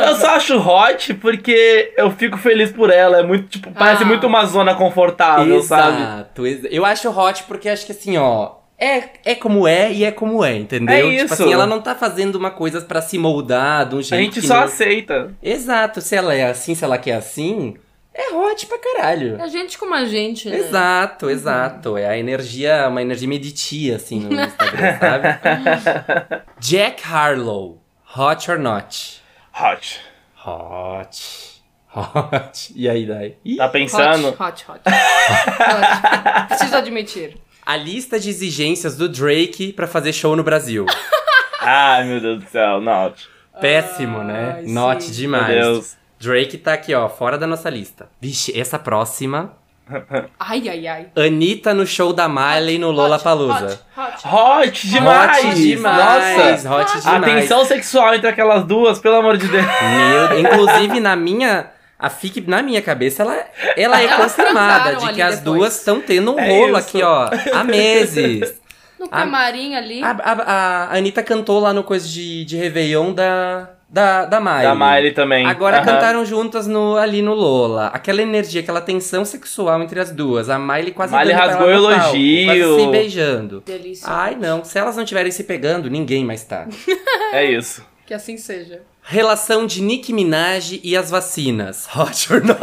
Speaker 3: Eu só acho hot porque eu fico feliz por ela. É muito, tipo, parece
Speaker 2: Ah.
Speaker 3: muito uma zona confortável, Ah, sabe?
Speaker 1: Exato. exa- Eu acho hot porque acho que assim, ó. É, é como é e é como é, entendeu?
Speaker 3: É
Speaker 1: Tipo
Speaker 3: isso.
Speaker 1: assim, ela não tá fazendo uma coisa pra se moldar de um
Speaker 3: A
Speaker 1: jeito.
Speaker 3: gente
Speaker 1: que
Speaker 3: só
Speaker 1: não-
Speaker 3: aceita.
Speaker 1: Exato. Se ela é assim, se ela quer assim, é hot pra caralho.
Speaker 2: É gente como a gente, né?
Speaker 1: Exato, exato. É a energia, uma energia meditia, assim, no Instagram, sabe? Jack Harlow, hot or not?
Speaker 3: Hot.
Speaker 1: Hot. Hot. E aí, Dai? Ih,
Speaker 3: Tá pensando?
Speaker 2: Hot, hot, hot. hot. Preciso admitir.
Speaker 1: A lista de exigências do Drake pra fazer show no Brasil.
Speaker 3: Ai, meu Deus do céu, not.
Speaker 1: Péssimo, né?
Speaker 2: Ai,
Speaker 1: Not
Speaker 2: sim.
Speaker 1: demais.
Speaker 3: Meu Deus.
Speaker 1: Drake tá aqui, ó, fora da nossa lista. Vixe, essa próxima.
Speaker 2: Ai, ai, ai.
Speaker 1: Anitta no show da Miley no Lollapalooza.
Speaker 2: Hot, hot, hot.
Speaker 3: Hot demais!
Speaker 1: Hot demais!
Speaker 3: Nossa!
Speaker 1: Hot
Speaker 3: A
Speaker 1: demais!
Speaker 3: tensão sexual entre aquelas duas, pelo amor de Deus.
Speaker 1: Meu, inclusive na minha. A FIC, na minha cabeça, ela, ela é
Speaker 2: Elas
Speaker 1: confirmada
Speaker 2: transaram
Speaker 1: de
Speaker 2: ali
Speaker 1: que as
Speaker 2: depois.
Speaker 1: duas estão tendo um
Speaker 3: É
Speaker 1: rolo
Speaker 3: isso.
Speaker 1: aqui, ó, há meses.
Speaker 2: No
Speaker 1: Ah, A-
Speaker 2: camarim ali.
Speaker 1: A, a, a Anitta cantou lá no coisa de, de Réveillon da, da, da Miley.
Speaker 3: Da Miley também.
Speaker 1: Agora
Speaker 3: Aham.
Speaker 1: cantaram juntas no, ali no Lola. Aquela energia, aquela tensão sexual entre as duas. A Miley quase
Speaker 3: Miley
Speaker 1: dando pra
Speaker 3: rasgou
Speaker 1: ela no palco,
Speaker 3: elogio.
Speaker 1: quase se beijando.
Speaker 2: Delícia.
Speaker 1: Ai, não. Se elas não estiverem se pegando, ninguém mais tá.
Speaker 3: É isso.
Speaker 2: Que assim seja.
Speaker 1: Relação de Nicki Minaj e as vacinas. Hot or not?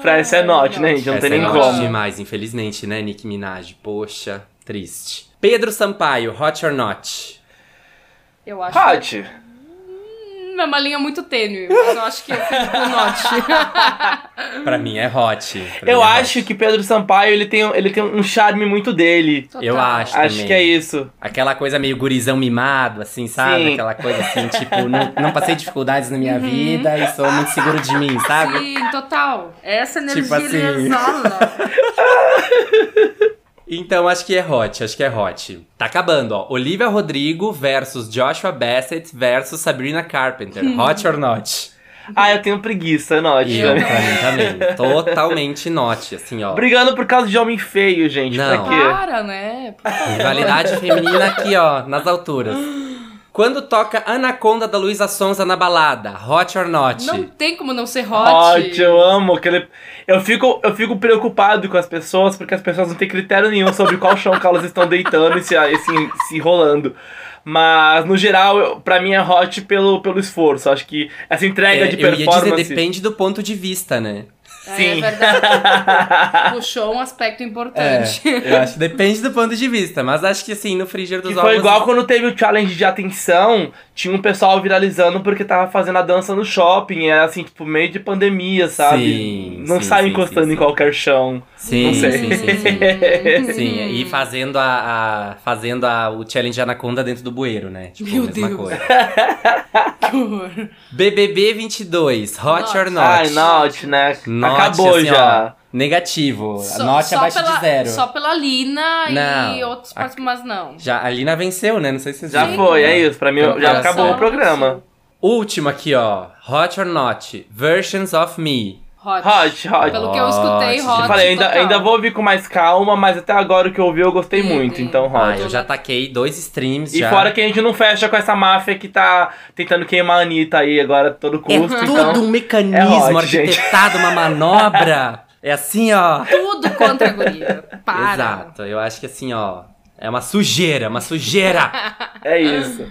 Speaker 3: Pra essa é not, né, gente? Não
Speaker 1: Essa
Speaker 3: tem nem
Speaker 1: é
Speaker 2: not.
Speaker 1: hot
Speaker 3: como.
Speaker 1: demais, infelizmente, né, Nicki Minaj? Poxa, triste. Pedro Sampaio, hot or not?
Speaker 2: Eu acho.
Speaker 3: Hot.
Speaker 2: Hum, É uma linha muito tênue, mas eu acho que eu fico com um note.
Speaker 1: Pra mim é hot. Pra
Speaker 3: Eu
Speaker 1: mim é hot.
Speaker 3: acho que Pedro Sampaio, ele tem, ele tem um charme muito dele.
Speaker 2: Total.
Speaker 1: Eu acho
Speaker 3: Acho
Speaker 1: também.
Speaker 3: que é isso.
Speaker 1: Aquela coisa meio gurizão mimado, assim, sabe?
Speaker 3: Sim.
Speaker 1: Aquela coisa assim, tipo, não, não passei dificuldades na minha vida e sou muito seguro de mim, sabe?
Speaker 2: Sim, total. Essa energia
Speaker 1: Tá, Tipo assim.
Speaker 2: ele exala.
Speaker 1: Então acho que é hot, acho que é hot. Tá acabando, ó. Olivia Rodrigo versus Joshua Bassett versus Sabrina Carpenter. Hot or not?
Speaker 3: Ah, eu tenho preguiça, not.
Speaker 1: E eu pra mim também. Totalmente not, assim, ó.
Speaker 3: Brigando por causa de homem feio, gente.
Speaker 1: Não.
Speaker 3: Pra quê?
Speaker 2: Para, né?
Speaker 1: Rivalidade feminina aqui, ó, nas alturas. Quando toca Anaconda da Luísa Sonza na balada, hot or not?
Speaker 2: Não tem como não ser hot.
Speaker 3: Hot, eu amo aquele. Eu fico, eu fico preocupado com as pessoas, porque as pessoas não têm critério nenhum sobre qual chão que elas estão deitando e se, e se, se enrolando. Mas, no geral, eu, pra mim é hot pelo, pelo esforço. Acho que essa entrega
Speaker 1: É,
Speaker 3: de
Speaker 1: eu ia dizer,
Speaker 3: performance.
Speaker 1: depende do ponto de vista, né?
Speaker 3: Sim.
Speaker 2: É verdade. Puxou um aspecto importante.
Speaker 1: É, eu acho que depende do ponto de vista, mas acho que assim, no frigir dos
Speaker 3: que
Speaker 1: ovos.
Speaker 3: foi igual quando teve o challenge de atenção, tinha um pessoal viralizando porque tava fazendo a dança no shopping, é assim, tipo, meio de pandemia, sabe?
Speaker 1: Sim,
Speaker 3: não
Speaker 1: sim,
Speaker 3: sai
Speaker 1: sim,
Speaker 3: encostando
Speaker 1: sim, sim.
Speaker 3: em qualquer chão.
Speaker 1: Sim,
Speaker 3: não sei.
Speaker 1: sim, sim, sim. É, Sim, e fazendo a, a- fazendo a, o challenge anaconda dentro do bueiro, né? Tipo,
Speaker 2: Meu
Speaker 1: a mesma
Speaker 2: Deus.
Speaker 1: coisa.
Speaker 2: Que horror.
Speaker 1: BBB 22, hot
Speaker 2: Not.
Speaker 1: or not?
Speaker 3: Ai, not, né?
Speaker 1: Not,
Speaker 3: Acabou
Speaker 1: assim, ó,
Speaker 3: já.
Speaker 1: negativo.
Speaker 2: Só-
Speaker 1: Note
Speaker 2: só
Speaker 1: abaixo
Speaker 2: pela-
Speaker 1: de zero.
Speaker 2: Só pela Lina e
Speaker 1: Não.
Speaker 2: outros
Speaker 1: A-
Speaker 2: participantes, mas não.
Speaker 1: Já a Lina venceu, né? Não sei se vocês
Speaker 3: Já
Speaker 1: viram.
Speaker 3: foi, é isso. Pra mim
Speaker 1: Então,
Speaker 3: já
Speaker 1: coração.
Speaker 3: acabou o programa.
Speaker 1: Última aqui, ó. Hot or not? Versions of me.
Speaker 2: Hot.
Speaker 3: Hot, hot.
Speaker 2: Pelo que eu escutei,
Speaker 1: Hot.
Speaker 2: hot.
Speaker 3: Eu falei, ainda,
Speaker 2: total.
Speaker 3: ainda vou ouvir com mais calma, mas até agora o que eu ouvi eu gostei
Speaker 2: Sim,
Speaker 3: muito,
Speaker 2: sim.
Speaker 3: então
Speaker 1: Ah,
Speaker 3: roda.
Speaker 1: eu já taquei dois streams
Speaker 3: E
Speaker 1: já.
Speaker 3: fora que a gente não fecha com essa máfia que tá tentando queimar a Anitta aí agora a todo
Speaker 1: É
Speaker 3: custo. então...
Speaker 1: todo um mecanismo
Speaker 3: é hot, gente.
Speaker 1: arquitetado, uma manobra. É assim, ó.
Speaker 2: Tudo contra a guria. Para.
Speaker 1: Exato. Eu acho que assim, ó. É uma sujeira, uma sujeira.
Speaker 3: É isso.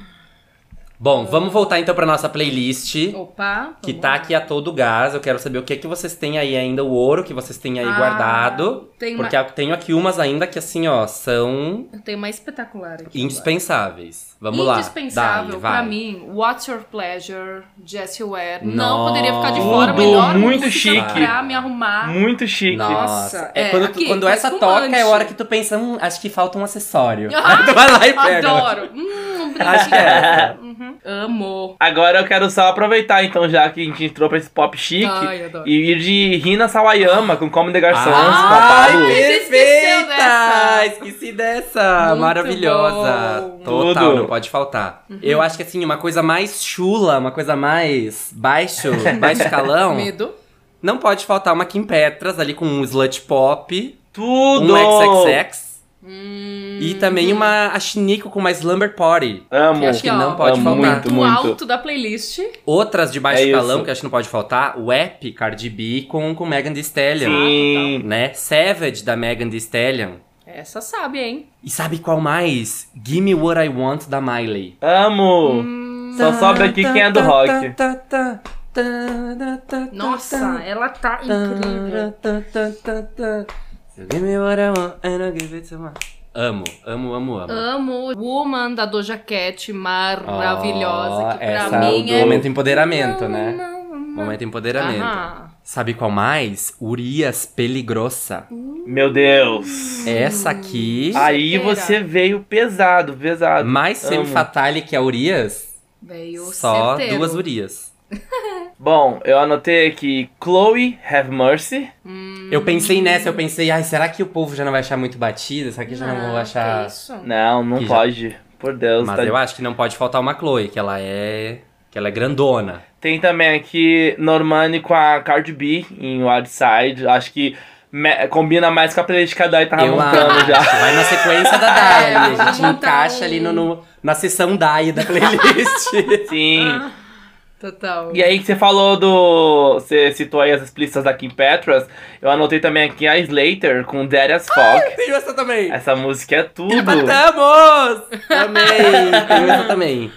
Speaker 1: Bom, vamos voltar então pra nossa playlist.
Speaker 2: Opa.
Speaker 1: Que
Speaker 2: vamos
Speaker 1: tá
Speaker 2: lá.
Speaker 1: aqui a todo gás. Eu quero saber o que que vocês têm aí ainda, o ouro que vocês têm aí
Speaker 2: Ah,
Speaker 1: guardado.
Speaker 2: tem uma-
Speaker 1: porque eu tenho aqui umas ainda que, assim, ó, são
Speaker 2: Eu tenho uma espetacular aqui.
Speaker 1: indispensáveis. Vamos lá.
Speaker 2: Indispensável
Speaker 1: Dai, vai.
Speaker 2: pra mim, What's Your Pleasure, Jessie Ware. Não
Speaker 1: Nossa.
Speaker 2: poderia ficar de fora,
Speaker 3: Tudo,
Speaker 2: melhor
Speaker 3: muito
Speaker 2: música
Speaker 3: chique.
Speaker 2: pra me arrumar.
Speaker 3: Muito chique.
Speaker 1: Nossa. É,
Speaker 2: é,
Speaker 1: quando,
Speaker 2: aqui,
Speaker 1: quando
Speaker 2: tá
Speaker 1: essa
Speaker 2: espumante.
Speaker 1: toca, é a hora que tu pensa, hum, acho que falta um acessório.
Speaker 2: Ah,
Speaker 1: Aí tu vai lá e pega.
Speaker 2: Adoro. Hum, um
Speaker 1: Acho que é essa.
Speaker 2: brinquedinho. Uhum. Amo.
Speaker 3: Agora eu quero só aproveitar, então, já que a gente entrou pra esse pop chique.
Speaker 2: Ai, adoro.
Speaker 3: E ir de Rina Sawayama com Como de
Speaker 1: Ah.
Speaker 3: Garçons, com a
Speaker 1: Ai,
Speaker 3: Pablo.
Speaker 2: Ah, Ai, você esqueceu dessa.
Speaker 1: perfeita! Esqueci dessa!
Speaker 2: Muito
Speaker 1: Maravilhosa!
Speaker 2: bom. Uhum.
Speaker 1: Total,
Speaker 3: Tudo.
Speaker 1: não pode faltar. Eu acho que assim, uma coisa mais chula, uma coisa mais baixo, baixo escalão,
Speaker 2: Medo.
Speaker 1: não pode faltar uma Kim Petras ali com um slut pop,
Speaker 3: Tudo!
Speaker 1: um XXX e
Speaker 2: Hum.
Speaker 1: também uma a Shiniko com uma slumber party.
Speaker 3: Amo.
Speaker 1: Que acho que
Speaker 2: Aqui, ó.
Speaker 1: não pode
Speaker 3: Amo
Speaker 1: faltar.
Speaker 3: muito.
Speaker 2: Do alto da playlist.
Speaker 1: Outras de baixo
Speaker 3: É
Speaker 1: escalão
Speaker 3: isso.
Speaker 1: que acho que não pode faltar, o App, Cardi B com, com Megan Thee
Speaker 2: é
Speaker 1: Stallion.
Speaker 2: então.
Speaker 3: Sim.
Speaker 1: Né? Savage da Megan Thee Stallion.
Speaker 2: Essa sabe, hein?
Speaker 1: E sabe qual mais? Gimme What I Want da Miley.
Speaker 3: Amo.
Speaker 1: Hum.
Speaker 3: Só
Speaker 1: Tá,
Speaker 3: sobe aqui quem é do rock.
Speaker 1: tá,
Speaker 2: Nossa, ela tá incrível.
Speaker 1: tá, Gimme what I want and I'll give it to my- Amo, amo, amo, amo.
Speaker 2: Amo Woman da Doja Cat, maravilhosa.
Speaker 1: Ó,
Speaker 2: que pra
Speaker 1: essa
Speaker 2: mim
Speaker 1: do
Speaker 2: é.
Speaker 1: Momento empoderamento, né?
Speaker 2: Não, não, não.
Speaker 1: Momento empoderamento.
Speaker 2: Aham.
Speaker 1: Sabe qual mais? Urias Peligrosa.
Speaker 2: Uhum.
Speaker 3: Meu Deus.
Speaker 1: Essa aqui,
Speaker 3: Aí
Speaker 2: Solteira.
Speaker 3: você veio pesado, pesado.
Speaker 1: mais
Speaker 3: Amo.
Speaker 1: semi-fatale que a Urias,
Speaker 2: Veio
Speaker 1: só
Speaker 2: certeiro.
Speaker 1: duas Urias.
Speaker 3: Bom, eu anotei aqui Chloe, Have Mercy.
Speaker 1: Eu
Speaker 2: Hum.
Speaker 1: pensei nessa, eu pensei, ai, será que o povo já não vai achar muito batida? Será que já não,
Speaker 2: Ah,
Speaker 1: vão
Speaker 2: que
Speaker 1: achar.
Speaker 2: isso?
Speaker 3: Não, não
Speaker 1: Que já-
Speaker 3: pode. Por Deus.
Speaker 1: Mas
Speaker 3: tá-
Speaker 1: eu acho que não pode faltar uma Chloe, que ela é. que ela é grandona.
Speaker 3: Tem também aqui Normani com a Cardi B em Wildside. Acho que me- combina mais com a playlist que a Dai tava
Speaker 1: eu
Speaker 3: montando
Speaker 1: acho.
Speaker 3: já.
Speaker 1: Vai na sequência da Dai.
Speaker 2: É,
Speaker 1: a
Speaker 2: vamos
Speaker 1: gente
Speaker 2: montar
Speaker 1: encaixa
Speaker 2: um-
Speaker 1: ali no, no- na sessão Dai da playlist.
Speaker 3: Sim.
Speaker 2: Total.
Speaker 1: é
Speaker 3: E aí que você falou do. Você citou aí as explícitas da Kim Petras. Eu anotei também aqui a Slater com Dead as Fog.
Speaker 1: Tem essa também.
Speaker 3: Essa música é tudo.
Speaker 1: tá- Matamos! Também! Tem essa também.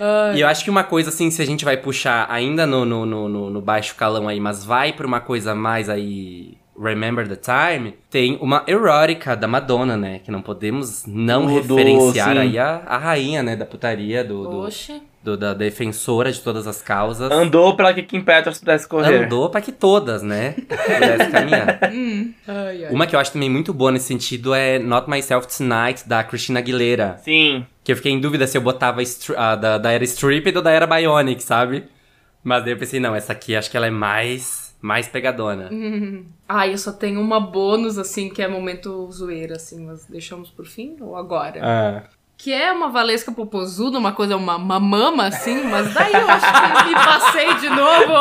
Speaker 2: Ai,
Speaker 1: E eu acho que uma coisa assim, se a gente vai puxar ainda no, no, no, no- no baixo calão aí, mas vai pra uma coisa mais aí. Remember the Time, tem uma erótica da Madonna, né? Que não podemos não
Speaker 3: Tudo,
Speaker 1: referenciar
Speaker 3: sim.
Speaker 1: aí a, a rainha, né? Da putaria, do, do-
Speaker 2: Oxe.
Speaker 1: do- da defensora de todas as causas.
Speaker 3: Andou pra que Kim Petras pudesse correr.
Speaker 1: Andou pra que todas, né? Pudesse caminhar.
Speaker 2: Ai, ai.
Speaker 1: Uma que eu acho também muito boa nesse sentido é Not Myself Tonight, da Christina Aguilera.
Speaker 3: Sim.
Speaker 1: Que eu fiquei em dúvida se eu botava a stri- a da, da era Stripped ou da era Bionic, sabe? Mas daí eu pensei, não, essa aqui acho que ela é mais, mais pegadona.
Speaker 2: Ai, eu só tenho uma bônus, assim, que é momento zoeira, assim, mas deixamos por fim ou agora?
Speaker 1: Ah.
Speaker 2: Que é uma Valesca Popozuda, uma coisa, uma, uma mama, assim, mas daí eu acho que me passei de novo.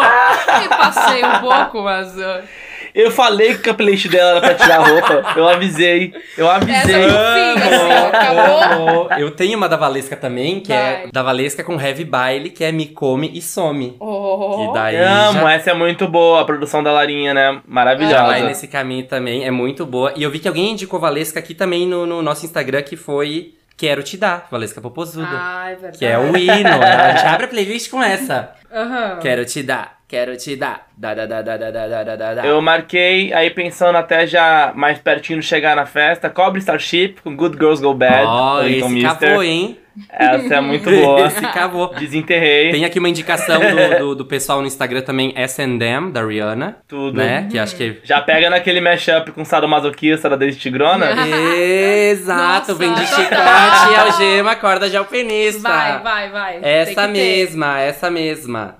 Speaker 2: Me passei um pouco, mas. ó,
Speaker 3: Eu falei que a playlist dela era pra tirar a roupa. Eu avisei. Eu
Speaker 2: Essa
Speaker 3: avisei.
Speaker 2: é no fim, assim, ó, acabou.
Speaker 1: Acabou. Eu tenho uma da Valesca também, que é
Speaker 2: Vai.
Speaker 1: da Valesca com Heavy Baile, que é Me Come e Some.
Speaker 2: Oh.
Speaker 1: Que daí
Speaker 3: Amo,
Speaker 1: já
Speaker 3: essa é muito boa. A produção da Larinha, né?
Speaker 1: já
Speaker 3: Maravilhosa.
Speaker 1: vai nesse caminho também, é muito boa. E eu vi que alguém indicou Valesca aqui também no, no nosso Instagram, que foi Quero Te Dar, Valesca Popozuda.
Speaker 2: Ah, é verdade.
Speaker 1: Que é o hino, né? a gente abre a playlist com essa.
Speaker 2: Aham.
Speaker 1: Quero te dar, quero te dar. Da, da, da, da, da, da, da, da, da, da.
Speaker 3: Eu marquei, aí pensando até já mais pertinho de chegar na festa, Cobre Starship com Good Girls Go Bad.
Speaker 1: Ó,
Speaker 3: do
Speaker 1: esse
Speaker 3: Lincoln é, então, Mister.
Speaker 1: cavou, hein?
Speaker 3: Essa é muito boa.
Speaker 1: Esse cavou.
Speaker 3: Desenterrei.
Speaker 1: Tem aqui uma indicação do, do, do pessoal no Instagram também, S&M, da Rihanna.
Speaker 3: Tudo.
Speaker 1: Né? Que acho que...
Speaker 3: Já pega naquele mashup com sadomasoquista da Daisy
Speaker 1: Ah.
Speaker 3: Tigrona.
Speaker 1: Exato,
Speaker 2: Nossa,
Speaker 1: vem de
Speaker 2: total.
Speaker 1: chicote, algema, corda de alpinista.
Speaker 2: Vai, vai, vai. Tem que
Speaker 1: Essa
Speaker 2: ter.
Speaker 1: mesma, essa mesma.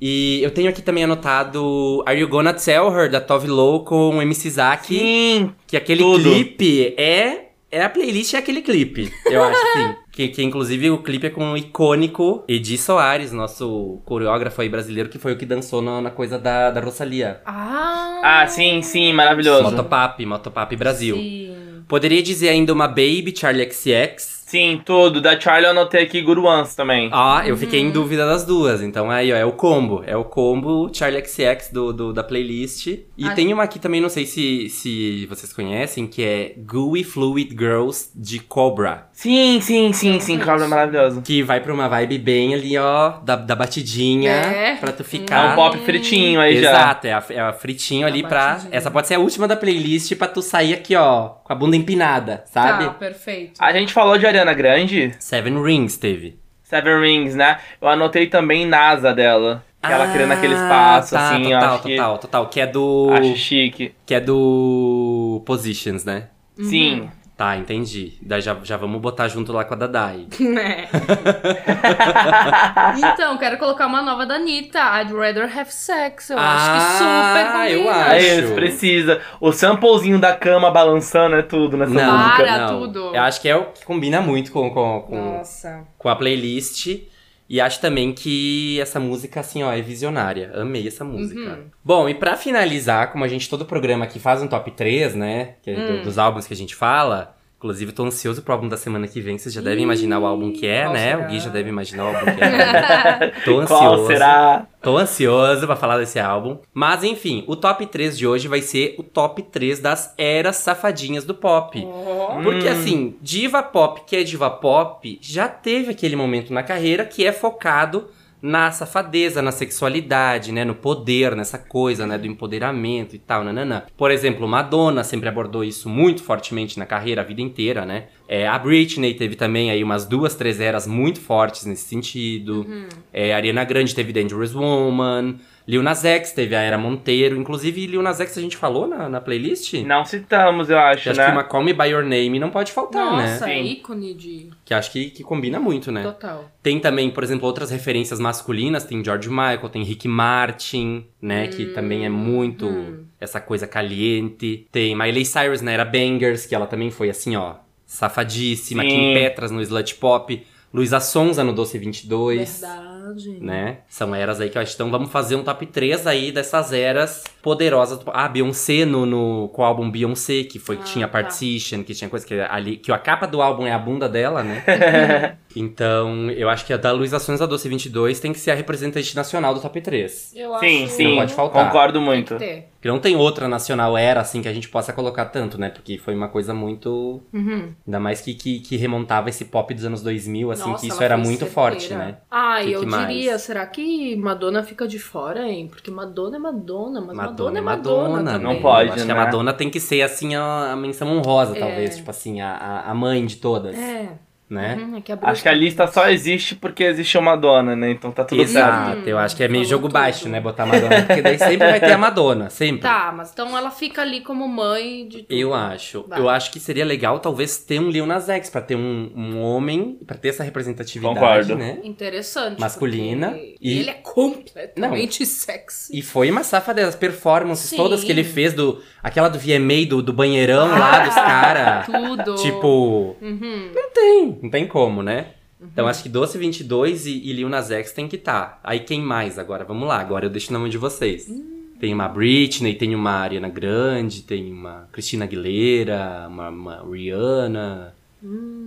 Speaker 1: E eu tenho aqui também anotado Are You Gonna Tell Her, da Tove Lo com MC Zack.
Speaker 3: Sim.
Speaker 1: Que aquele
Speaker 3: Tudo.
Speaker 1: clipe é. É a playlist é aquele clipe, eu acho, sim. Que, que inclusive o clipe é com o icônico Edi Soares, nosso coreógrafo aí brasileiro, que foi o que dançou na, na coisa da, da Rosalia.
Speaker 2: Ah,
Speaker 3: Ah, sim, sim, maravilhoso.
Speaker 1: Motopap, Motopap Brasil.
Speaker 2: Sim.
Speaker 1: Poderia dizer ainda uma Baby, Charlie XX.
Speaker 3: Sim, tudo. Da Charlie eu anotei aqui Guruans também.
Speaker 1: Ah, eu fiquei
Speaker 3: Hum.
Speaker 1: em dúvida das duas. Então aí, ó, é o combo. É o combo Charlie XX do, do- da playlist. E
Speaker 2: Ah.
Speaker 1: tem uma aqui também, não sei se, se vocês conhecem, que é Gooey Fluid Girls de Cobra.
Speaker 3: Sim, sim, sim, sim, Cobra é maravilhoso.
Speaker 1: Que vai pra uma vibe bem ali, ó, da, da batidinha,
Speaker 2: É.
Speaker 1: pra tu
Speaker 3: É
Speaker 1: ficar...
Speaker 3: um pop fritinho aí já.
Speaker 1: Tá. Exato, é a, é a fritinho
Speaker 2: A
Speaker 1: ali pra...
Speaker 2: batidinha.
Speaker 1: Essa pode ser a última da playlist pra tu sair aqui, ó, com a bunda empinada, sabe?
Speaker 2: Tá, perfeito.
Speaker 3: A gente falou de Ariana Grande,
Speaker 1: Seven Rings teve.
Speaker 3: Seven Rings, né? Eu anotei também NASA dela. Que ela querendo
Speaker 2: Ah,
Speaker 3: aquele espaço,
Speaker 1: tá,
Speaker 3: assim, eu
Speaker 1: total,
Speaker 3: acho que.
Speaker 1: total, total, que é do...
Speaker 3: Acho chique.
Speaker 1: Que é do... Positions, né?
Speaker 3: Sim.
Speaker 1: Tá, entendi. Daí já, já vamos botar junto lá com a Dadai.
Speaker 2: Né? então, quero colocar uma nova da Anitta. I'd rather have sex. Eu acho que super
Speaker 1: Ah, eu
Speaker 2: combina.
Speaker 1: acho.
Speaker 3: É isso, precisa. O samplezinho da cama balançando é tudo nessa
Speaker 1: Não,
Speaker 3: música.
Speaker 2: Para
Speaker 1: não.
Speaker 2: tudo.
Speaker 1: Eu acho que é o que combina muito com, com, com,
Speaker 2: Nossa.
Speaker 1: com a playlist. E acho também que essa música, assim, ó, é visionária. Amei essa música.
Speaker 2: Uhum.
Speaker 1: Bom, e pra finalizar, como a gente, todo programa aqui faz um top 3, né? que é do-
Speaker 2: Hum.
Speaker 1: dos álbuns que a gente fala. Inclusive, tô ansioso pro álbum da semana que vem. Vocês já devem
Speaker 2: Ih,
Speaker 1: imaginar o álbum que é,
Speaker 2: qual
Speaker 1: né?
Speaker 2: será?
Speaker 1: O Gui já deve imaginar o álbum que é. né? Tô ansioso.
Speaker 3: Qual será?
Speaker 1: Tô ansioso pra falar desse álbum. Mas enfim, o top 3 de hoje vai ser o top 3 das eras safadinhas do pop.
Speaker 2: Ó.
Speaker 1: Porque
Speaker 3: Hum.
Speaker 1: assim, diva pop que é diva pop já teve aquele momento na carreira que é focado na safadeza, na sexualidade, né, no poder, nessa coisa, né, do empoderamento e tal, nananã. Por exemplo, Madonna sempre abordou isso muito fortemente na carreira, a vida inteira, né? É, a Britney teve também aí umas duas, três eras muito fortes nesse sentido. É, a Ariana Grande teve Dangerous Woman, Lil Nas X teve a Era Monteiro, inclusive Lil Nas X a gente falou na, na playlist?
Speaker 3: Não citamos, eu acho,
Speaker 1: Eu acho
Speaker 3: né?
Speaker 1: que uma Call Me By Your Name não pode faltar,
Speaker 2: Nossa,
Speaker 1: né?
Speaker 2: é
Speaker 3: Sim.
Speaker 2: ícone de
Speaker 1: Que acho que, que combina muito, né?
Speaker 2: total.
Speaker 1: Tem também, por exemplo, outras referências masculinas. Tem George Michael, tem Rick Martin, né? Que também é muito
Speaker 2: hum.
Speaker 1: essa coisa caliente. Tem Miley Cyrus na era Bangers, que ela também foi assim, ó, safadíssima.
Speaker 3: Sim.
Speaker 1: Kim Petras no Slut Pop. Luísa Sonza no Doce 22.
Speaker 2: Verdade.
Speaker 1: Né? São eras aí que eu acho. Então vamos fazer um top 3 aí dessas eras poderosas. Ah, Beyoncé no, no com o álbum Beyoncé, que foi que
Speaker 2: Ah,
Speaker 1: tinha
Speaker 2: tá.
Speaker 1: Partition, que tinha coisa que ali. Que a capa do álbum é a bunda dela, né? então, eu acho que a da Luísa Sonza Doce 22 tem que ser a representante nacional do top 3.
Speaker 2: Eu
Speaker 3: Sim,
Speaker 2: acho
Speaker 3: sim.
Speaker 1: Não pode faltar.
Speaker 3: Concordo
Speaker 2: Tem
Speaker 3: muito.
Speaker 2: que ter.
Speaker 1: Porque não tem outra nacional era assim que a gente possa colocar tanto, né? Porque foi uma coisa muito.
Speaker 2: Uhum.
Speaker 1: Ainda mais que, que, que remontava esse pop dos anos 2000, assim,
Speaker 2: Nossa,
Speaker 1: que isso
Speaker 2: ela
Speaker 1: era
Speaker 2: foi
Speaker 1: muito
Speaker 2: certeira.
Speaker 1: forte, né?
Speaker 2: Ah,
Speaker 1: Que
Speaker 2: eu
Speaker 1: que mais?
Speaker 2: diria, será que Madonna fica de fora, hein? Porque Madonna é Madonna, mas Madonna,
Speaker 1: Madonna,
Speaker 2: é
Speaker 1: Madonna,
Speaker 2: Madonna,
Speaker 1: né?
Speaker 2: também.
Speaker 3: Não pode,
Speaker 1: Eu Acho que
Speaker 3: né?
Speaker 1: a Madonna tem que ser assim a, a menção honrosa,
Speaker 2: É.
Speaker 1: talvez, tipo assim, a- a, a mãe de todas,
Speaker 2: É.
Speaker 1: né?
Speaker 2: Uhum, é que a Bruna-
Speaker 3: Acho que a lista só é existe porque existe uma dona, né? Então tá tudo certo.
Speaker 1: Exato, eu acho que é meio
Speaker 2: Falou
Speaker 1: jogo
Speaker 2: tudo.
Speaker 1: baixo, né? Botar a Madonna, porque daí sempre vai ter a Madonna, sempre.
Speaker 2: Tá, mas então ela fica ali como mãe de tudo.
Speaker 1: Eu acho.
Speaker 2: Vai.
Speaker 1: Eu acho que seria legal talvez ter um Lil Nas X pra ter um, um homem, pra ter essa representatividade,
Speaker 3: Concordo.
Speaker 1: né?
Speaker 2: Interessante.
Speaker 1: Masculina
Speaker 2: porque
Speaker 1: e-
Speaker 2: Ele é completamente sexy.
Speaker 1: E foi uma safa das performances
Speaker 2: Sim.
Speaker 1: todas que ele fez do aquela do VMA do, do banheirão lá dos cara.
Speaker 2: Ah, Tudo.
Speaker 1: Tipo,
Speaker 2: Uhum.
Speaker 1: tem, não tem como, né? Então acho que Doce 22 e, e Lil Nas X tem que estar. Aí quem mais agora? Vamos lá, agora eu deixo na mão de vocês. Tem uma Britney, tem uma Ariana Grande, tem uma Cristina Aguilera, uma, uma Rihanna,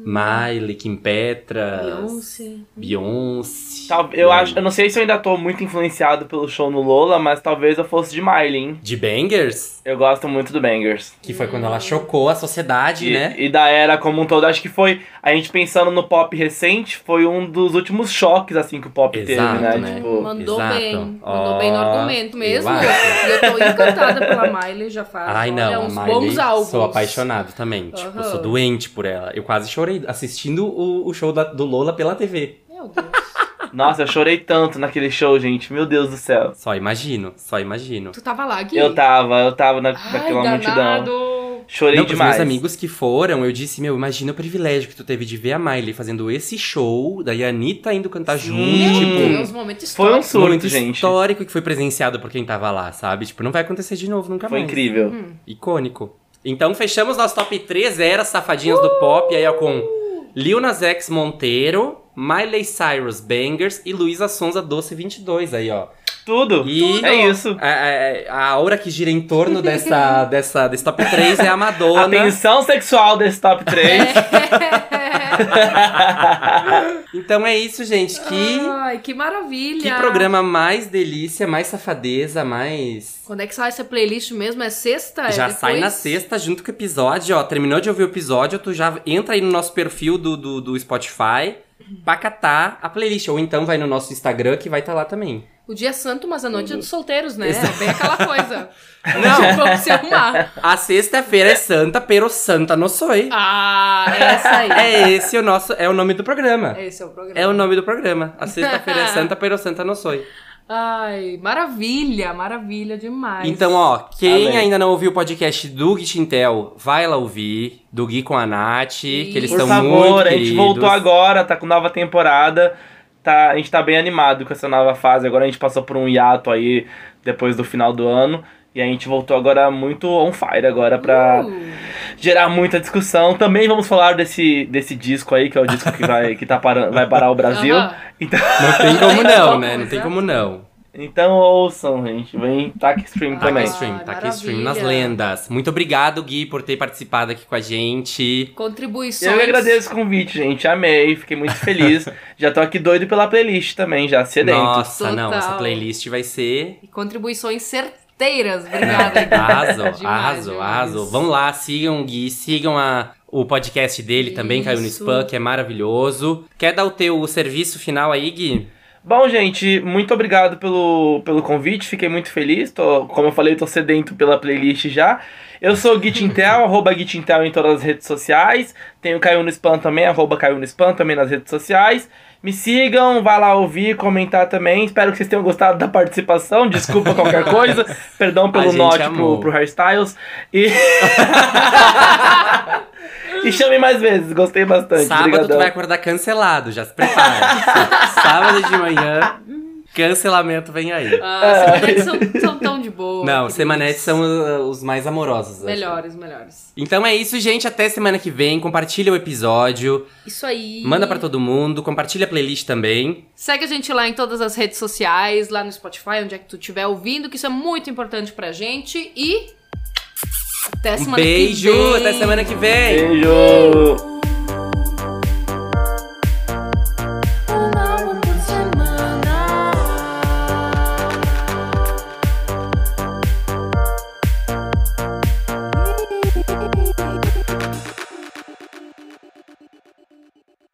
Speaker 1: Miley, Kim Ah. Petras,
Speaker 2: Beyoncé.
Speaker 1: Beyoncé.
Speaker 3: Tal- eu, acho, eu não sei se eu ainda tô muito influenciado pelo show no Lola, mas talvez eu fosse de Miley, hein?
Speaker 1: De Bangers,
Speaker 3: Eu gosto muito do Bangers.
Speaker 1: que foi quando ela chocou a sociedade,
Speaker 3: E,
Speaker 1: né?
Speaker 3: e da era como um todo. Acho que foi. a gente pensando no pop recente, foi um dos últimos choques, assim, que o pop
Speaker 1: Exato,
Speaker 3: teve, né?
Speaker 1: né?
Speaker 3: Tipo,
Speaker 2: Mandou
Speaker 1: Exato.
Speaker 2: bem, mandou
Speaker 1: Ó,
Speaker 2: bem no argumento mesmo. Eu,
Speaker 1: eu acho.
Speaker 2: tô encantada pela Miley, já faz
Speaker 1: Ai,
Speaker 2: olha,
Speaker 1: não, a
Speaker 2: uns
Speaker 1: Miley,
Speaker 2: bons álbuns.
Speaker 1: sou apaixonado também. Tipo, eu sou
Speaker 2: Aham.
Speaker 1: doente por ela. Eu quase chorei assistindo o, o show da- do Lola pela TV.
Speaker 2: Meu Deus.
Speaker 3: nossa, eu chorei tanto naquele show, gente. Meu Deus do céu.
Speaker 1: Só imagino, só imagino.
Speaker 2: Tu tava lá, Gui?
Speaker 3: Eu tava, eu tava na,
Speaker 2: Ai,
Speaker 3: naquela multidão.
Speaker 2: danado.
Speaker 3: Chorei
Speaker 1: Não, pros
Speaker 3: demais.
Speaker 1: meus amigos que foram, eu disse, meu, imagina o privilégio que tu teve de ver a Miley fazendo esse show, daí a Anitta indo cantar
Speaker 3: Sim.
Speaker 1: junto,
Speaker 2: Meu
Speaker 1: tipo,
Speaker 2: Deus, momento
Speaker 3: Foi um
Speaker 2: histórico.
Speaker 3: surto,
Speaker 1: momento
Speaker 3: gente.
Speaker 1: histórico que foi presenciado por quem tava lá, sabe? Tipo, não vai acontecer de novo, nunca
Speaker 3: Foi
Speaker 1: mais.
Speaker 3: incrível.
Speaker 2: Hum.
Speaker 1: Icônico. Então fechamos nosso top 3 era Safadinhas do Pop, aí ó, com Lil Nas X Monteiro, Miley Cyrus Bangers e Luísa Sonza Doce 22 aí, ó.
Speaker 3: Tudo.
Speaker 1: E
Speaker 3: É isso.
Speaker 1: a, a, a aura que gira em torno dessa, dessa, desse top 3 é a Madonna.
Speaker 3: Atenção sexual desse top 3.
Speaker 1: Então é isso, gente. Que,
Speaker 2: Ai, que maravilha.
Speaker 1: que programa mais delícia, mais safadeza, mais.
Speaker 2: Quando é que sai essa playlist mesmo? É sexta? É
Speaker 1: Já sai na
Speaker 2: depois?
Speaker 1: sexta junto com o episódio, ó. Terminou de ouvir o episódio, tu já entra aí no nosso perfil do, do, do Spotify pra catar a playlist. Ou então vai no nosso Instagram que vai estar lá também.
Speaker 2: O dia é santo, mas a noite é dos solteiros, né?
Speaker 1: Exato.
Speaker 2: É bem aquela coisa.
Speaker 1: Não.
Speaker 2: Vamos se arrumar.
Speaker 1: A sexta-feira é santa, pero santa não soy.
Speaker 2: Ah, é essa aí.
Speaker 1: É esse o nosso, é o nome do programa.
Speaker 2: Esse é o programa.
Speaker 1: É o nome do programa. A sexta-feira é santa, pero santa não soy.
Speaker 2: Ai, maravilha, maravilha demais.
Speaker 1: Então, ó, quem
Speaker 3: Amém.
Speaker 1: ainda não ouviu o podcast do Gui Tintel, vai lá ouvir. Do Gui com a Nath, que eles
Speaker 2: Isso.
Speaker 3: Por
Speaker 1: estão
Speaker 3: favor,
Speaker 1: muito
Speaker 3: a gente
Speaker 1: queridos.
Speaker 3: voltou agora, tá com nova temporada. Tá, a gente tá bem animado com essa nova fase. Agora a gente passou por um hiato aí depois do final do ano. E a gente voltou agora muito on fire agora pra
Speaker 2: Uh,
Speaker 3: gerar muita discussão. Também vamos falar desse, desse disco aí, que é o disco que vai, que tá parando, vai parar o Brasil.
Speaker 2: aham.
Speaker 3: Então,
Speaker 1: Não tem como não,
Speaker 2: Vamos,
Speaker 1: né? Não tem
Speaker 2: né?
Speaker 1: como não.
Speaker 3: então ouçam, gente. Vem Tac Stream
Speaker 2: Ah,
Speaker 1: Tá aqui
Speaker 3: também.
Speaker 1: stream, tá aqui
Speaker 2: maravilha.
Speaker 1: stream nas lendas. Muito obrigado, Gui, por ter participado aqui com a gente.
Speaker 2: Contribuições.
Speaker 3: Eu que agradeço o convite, gente. Amei, fiquei muito feliz. já tô aqui doido pela playlist também, já sedento.
Speaker 1: Nossa, não,
Speaker 2: Total.
Speaker 1: essa playlist vai ser.
Speaker 2: E contribuições certeiras. Obrigada. Gui.
Speaker 1: Arrasou,
Speaker 2: Demais,
Speaker 1: arrasou,
Speaker 2: demais.
Speaker 1: arrasou. Vão lá, sigam o Gui, sigam a- o podcast dele também, caiu no
Speaker 2: Isso.
Speaker 1: spam, que é maravilhoso. Quer dar o teu serviço final aí, Gui?
Speaker 3: Bom, gente, muito obrigado pelo, pelo convite, fiquei muito feliz. Tô, como eu falei, tô sedento pela playlist já. Eu sou o Gitintel, arroba Gitintel em todas as redes sociais. Tenho Caiu no Spam também, arroba Caiu no Spam também nas redes sociais. Me sigam, vá lá ouvir, comentar também. Espero que vocês tenham gostado da participação. Desculpa qualquer coisa. Perdão
Speaker 1: A
Speaker 3: pelo
Speaker 1: gente
Speaker 3: note
Speaker 1: amou.
Speaker 3: pro, pro hairstyles. E. e chame mais vezes, gostei bastante.
Speaker 1: Sábado tu
Speaker 3: Obrigadão.
Speaker 1: vai acordar cancelado, já se prepara. Sábado de manhã, cancelamento vem aí.
Speaker 2: Ah, semanetes são, são tão de boa.
Speaker 1: Não,
Speaker 2: queridos.
Speaker 1: semanetes são uh, os mais amorosos. acho.
Speaker 2: Melhores, melhores.
Speaker 1: Então é isso, gente. Até semana que vem. Compartilha o episódio.
Speaker 2: Isso aí.
Speaker 1: Manda pra todo mundo. Compartilha a playlist também.
Speaker 2: Segue a gente lá em todas as redes sociais, lá no Spotify, onde é que tu estiver ouvindo, que isso é muito importante pra gente. E até
Speaker 1: Um
Speaker 2: semana que
Speaker 1: beijo.
Speaker 2: vem.
Speaker 1: Até semana que vem.
Speaker 3: Beijo!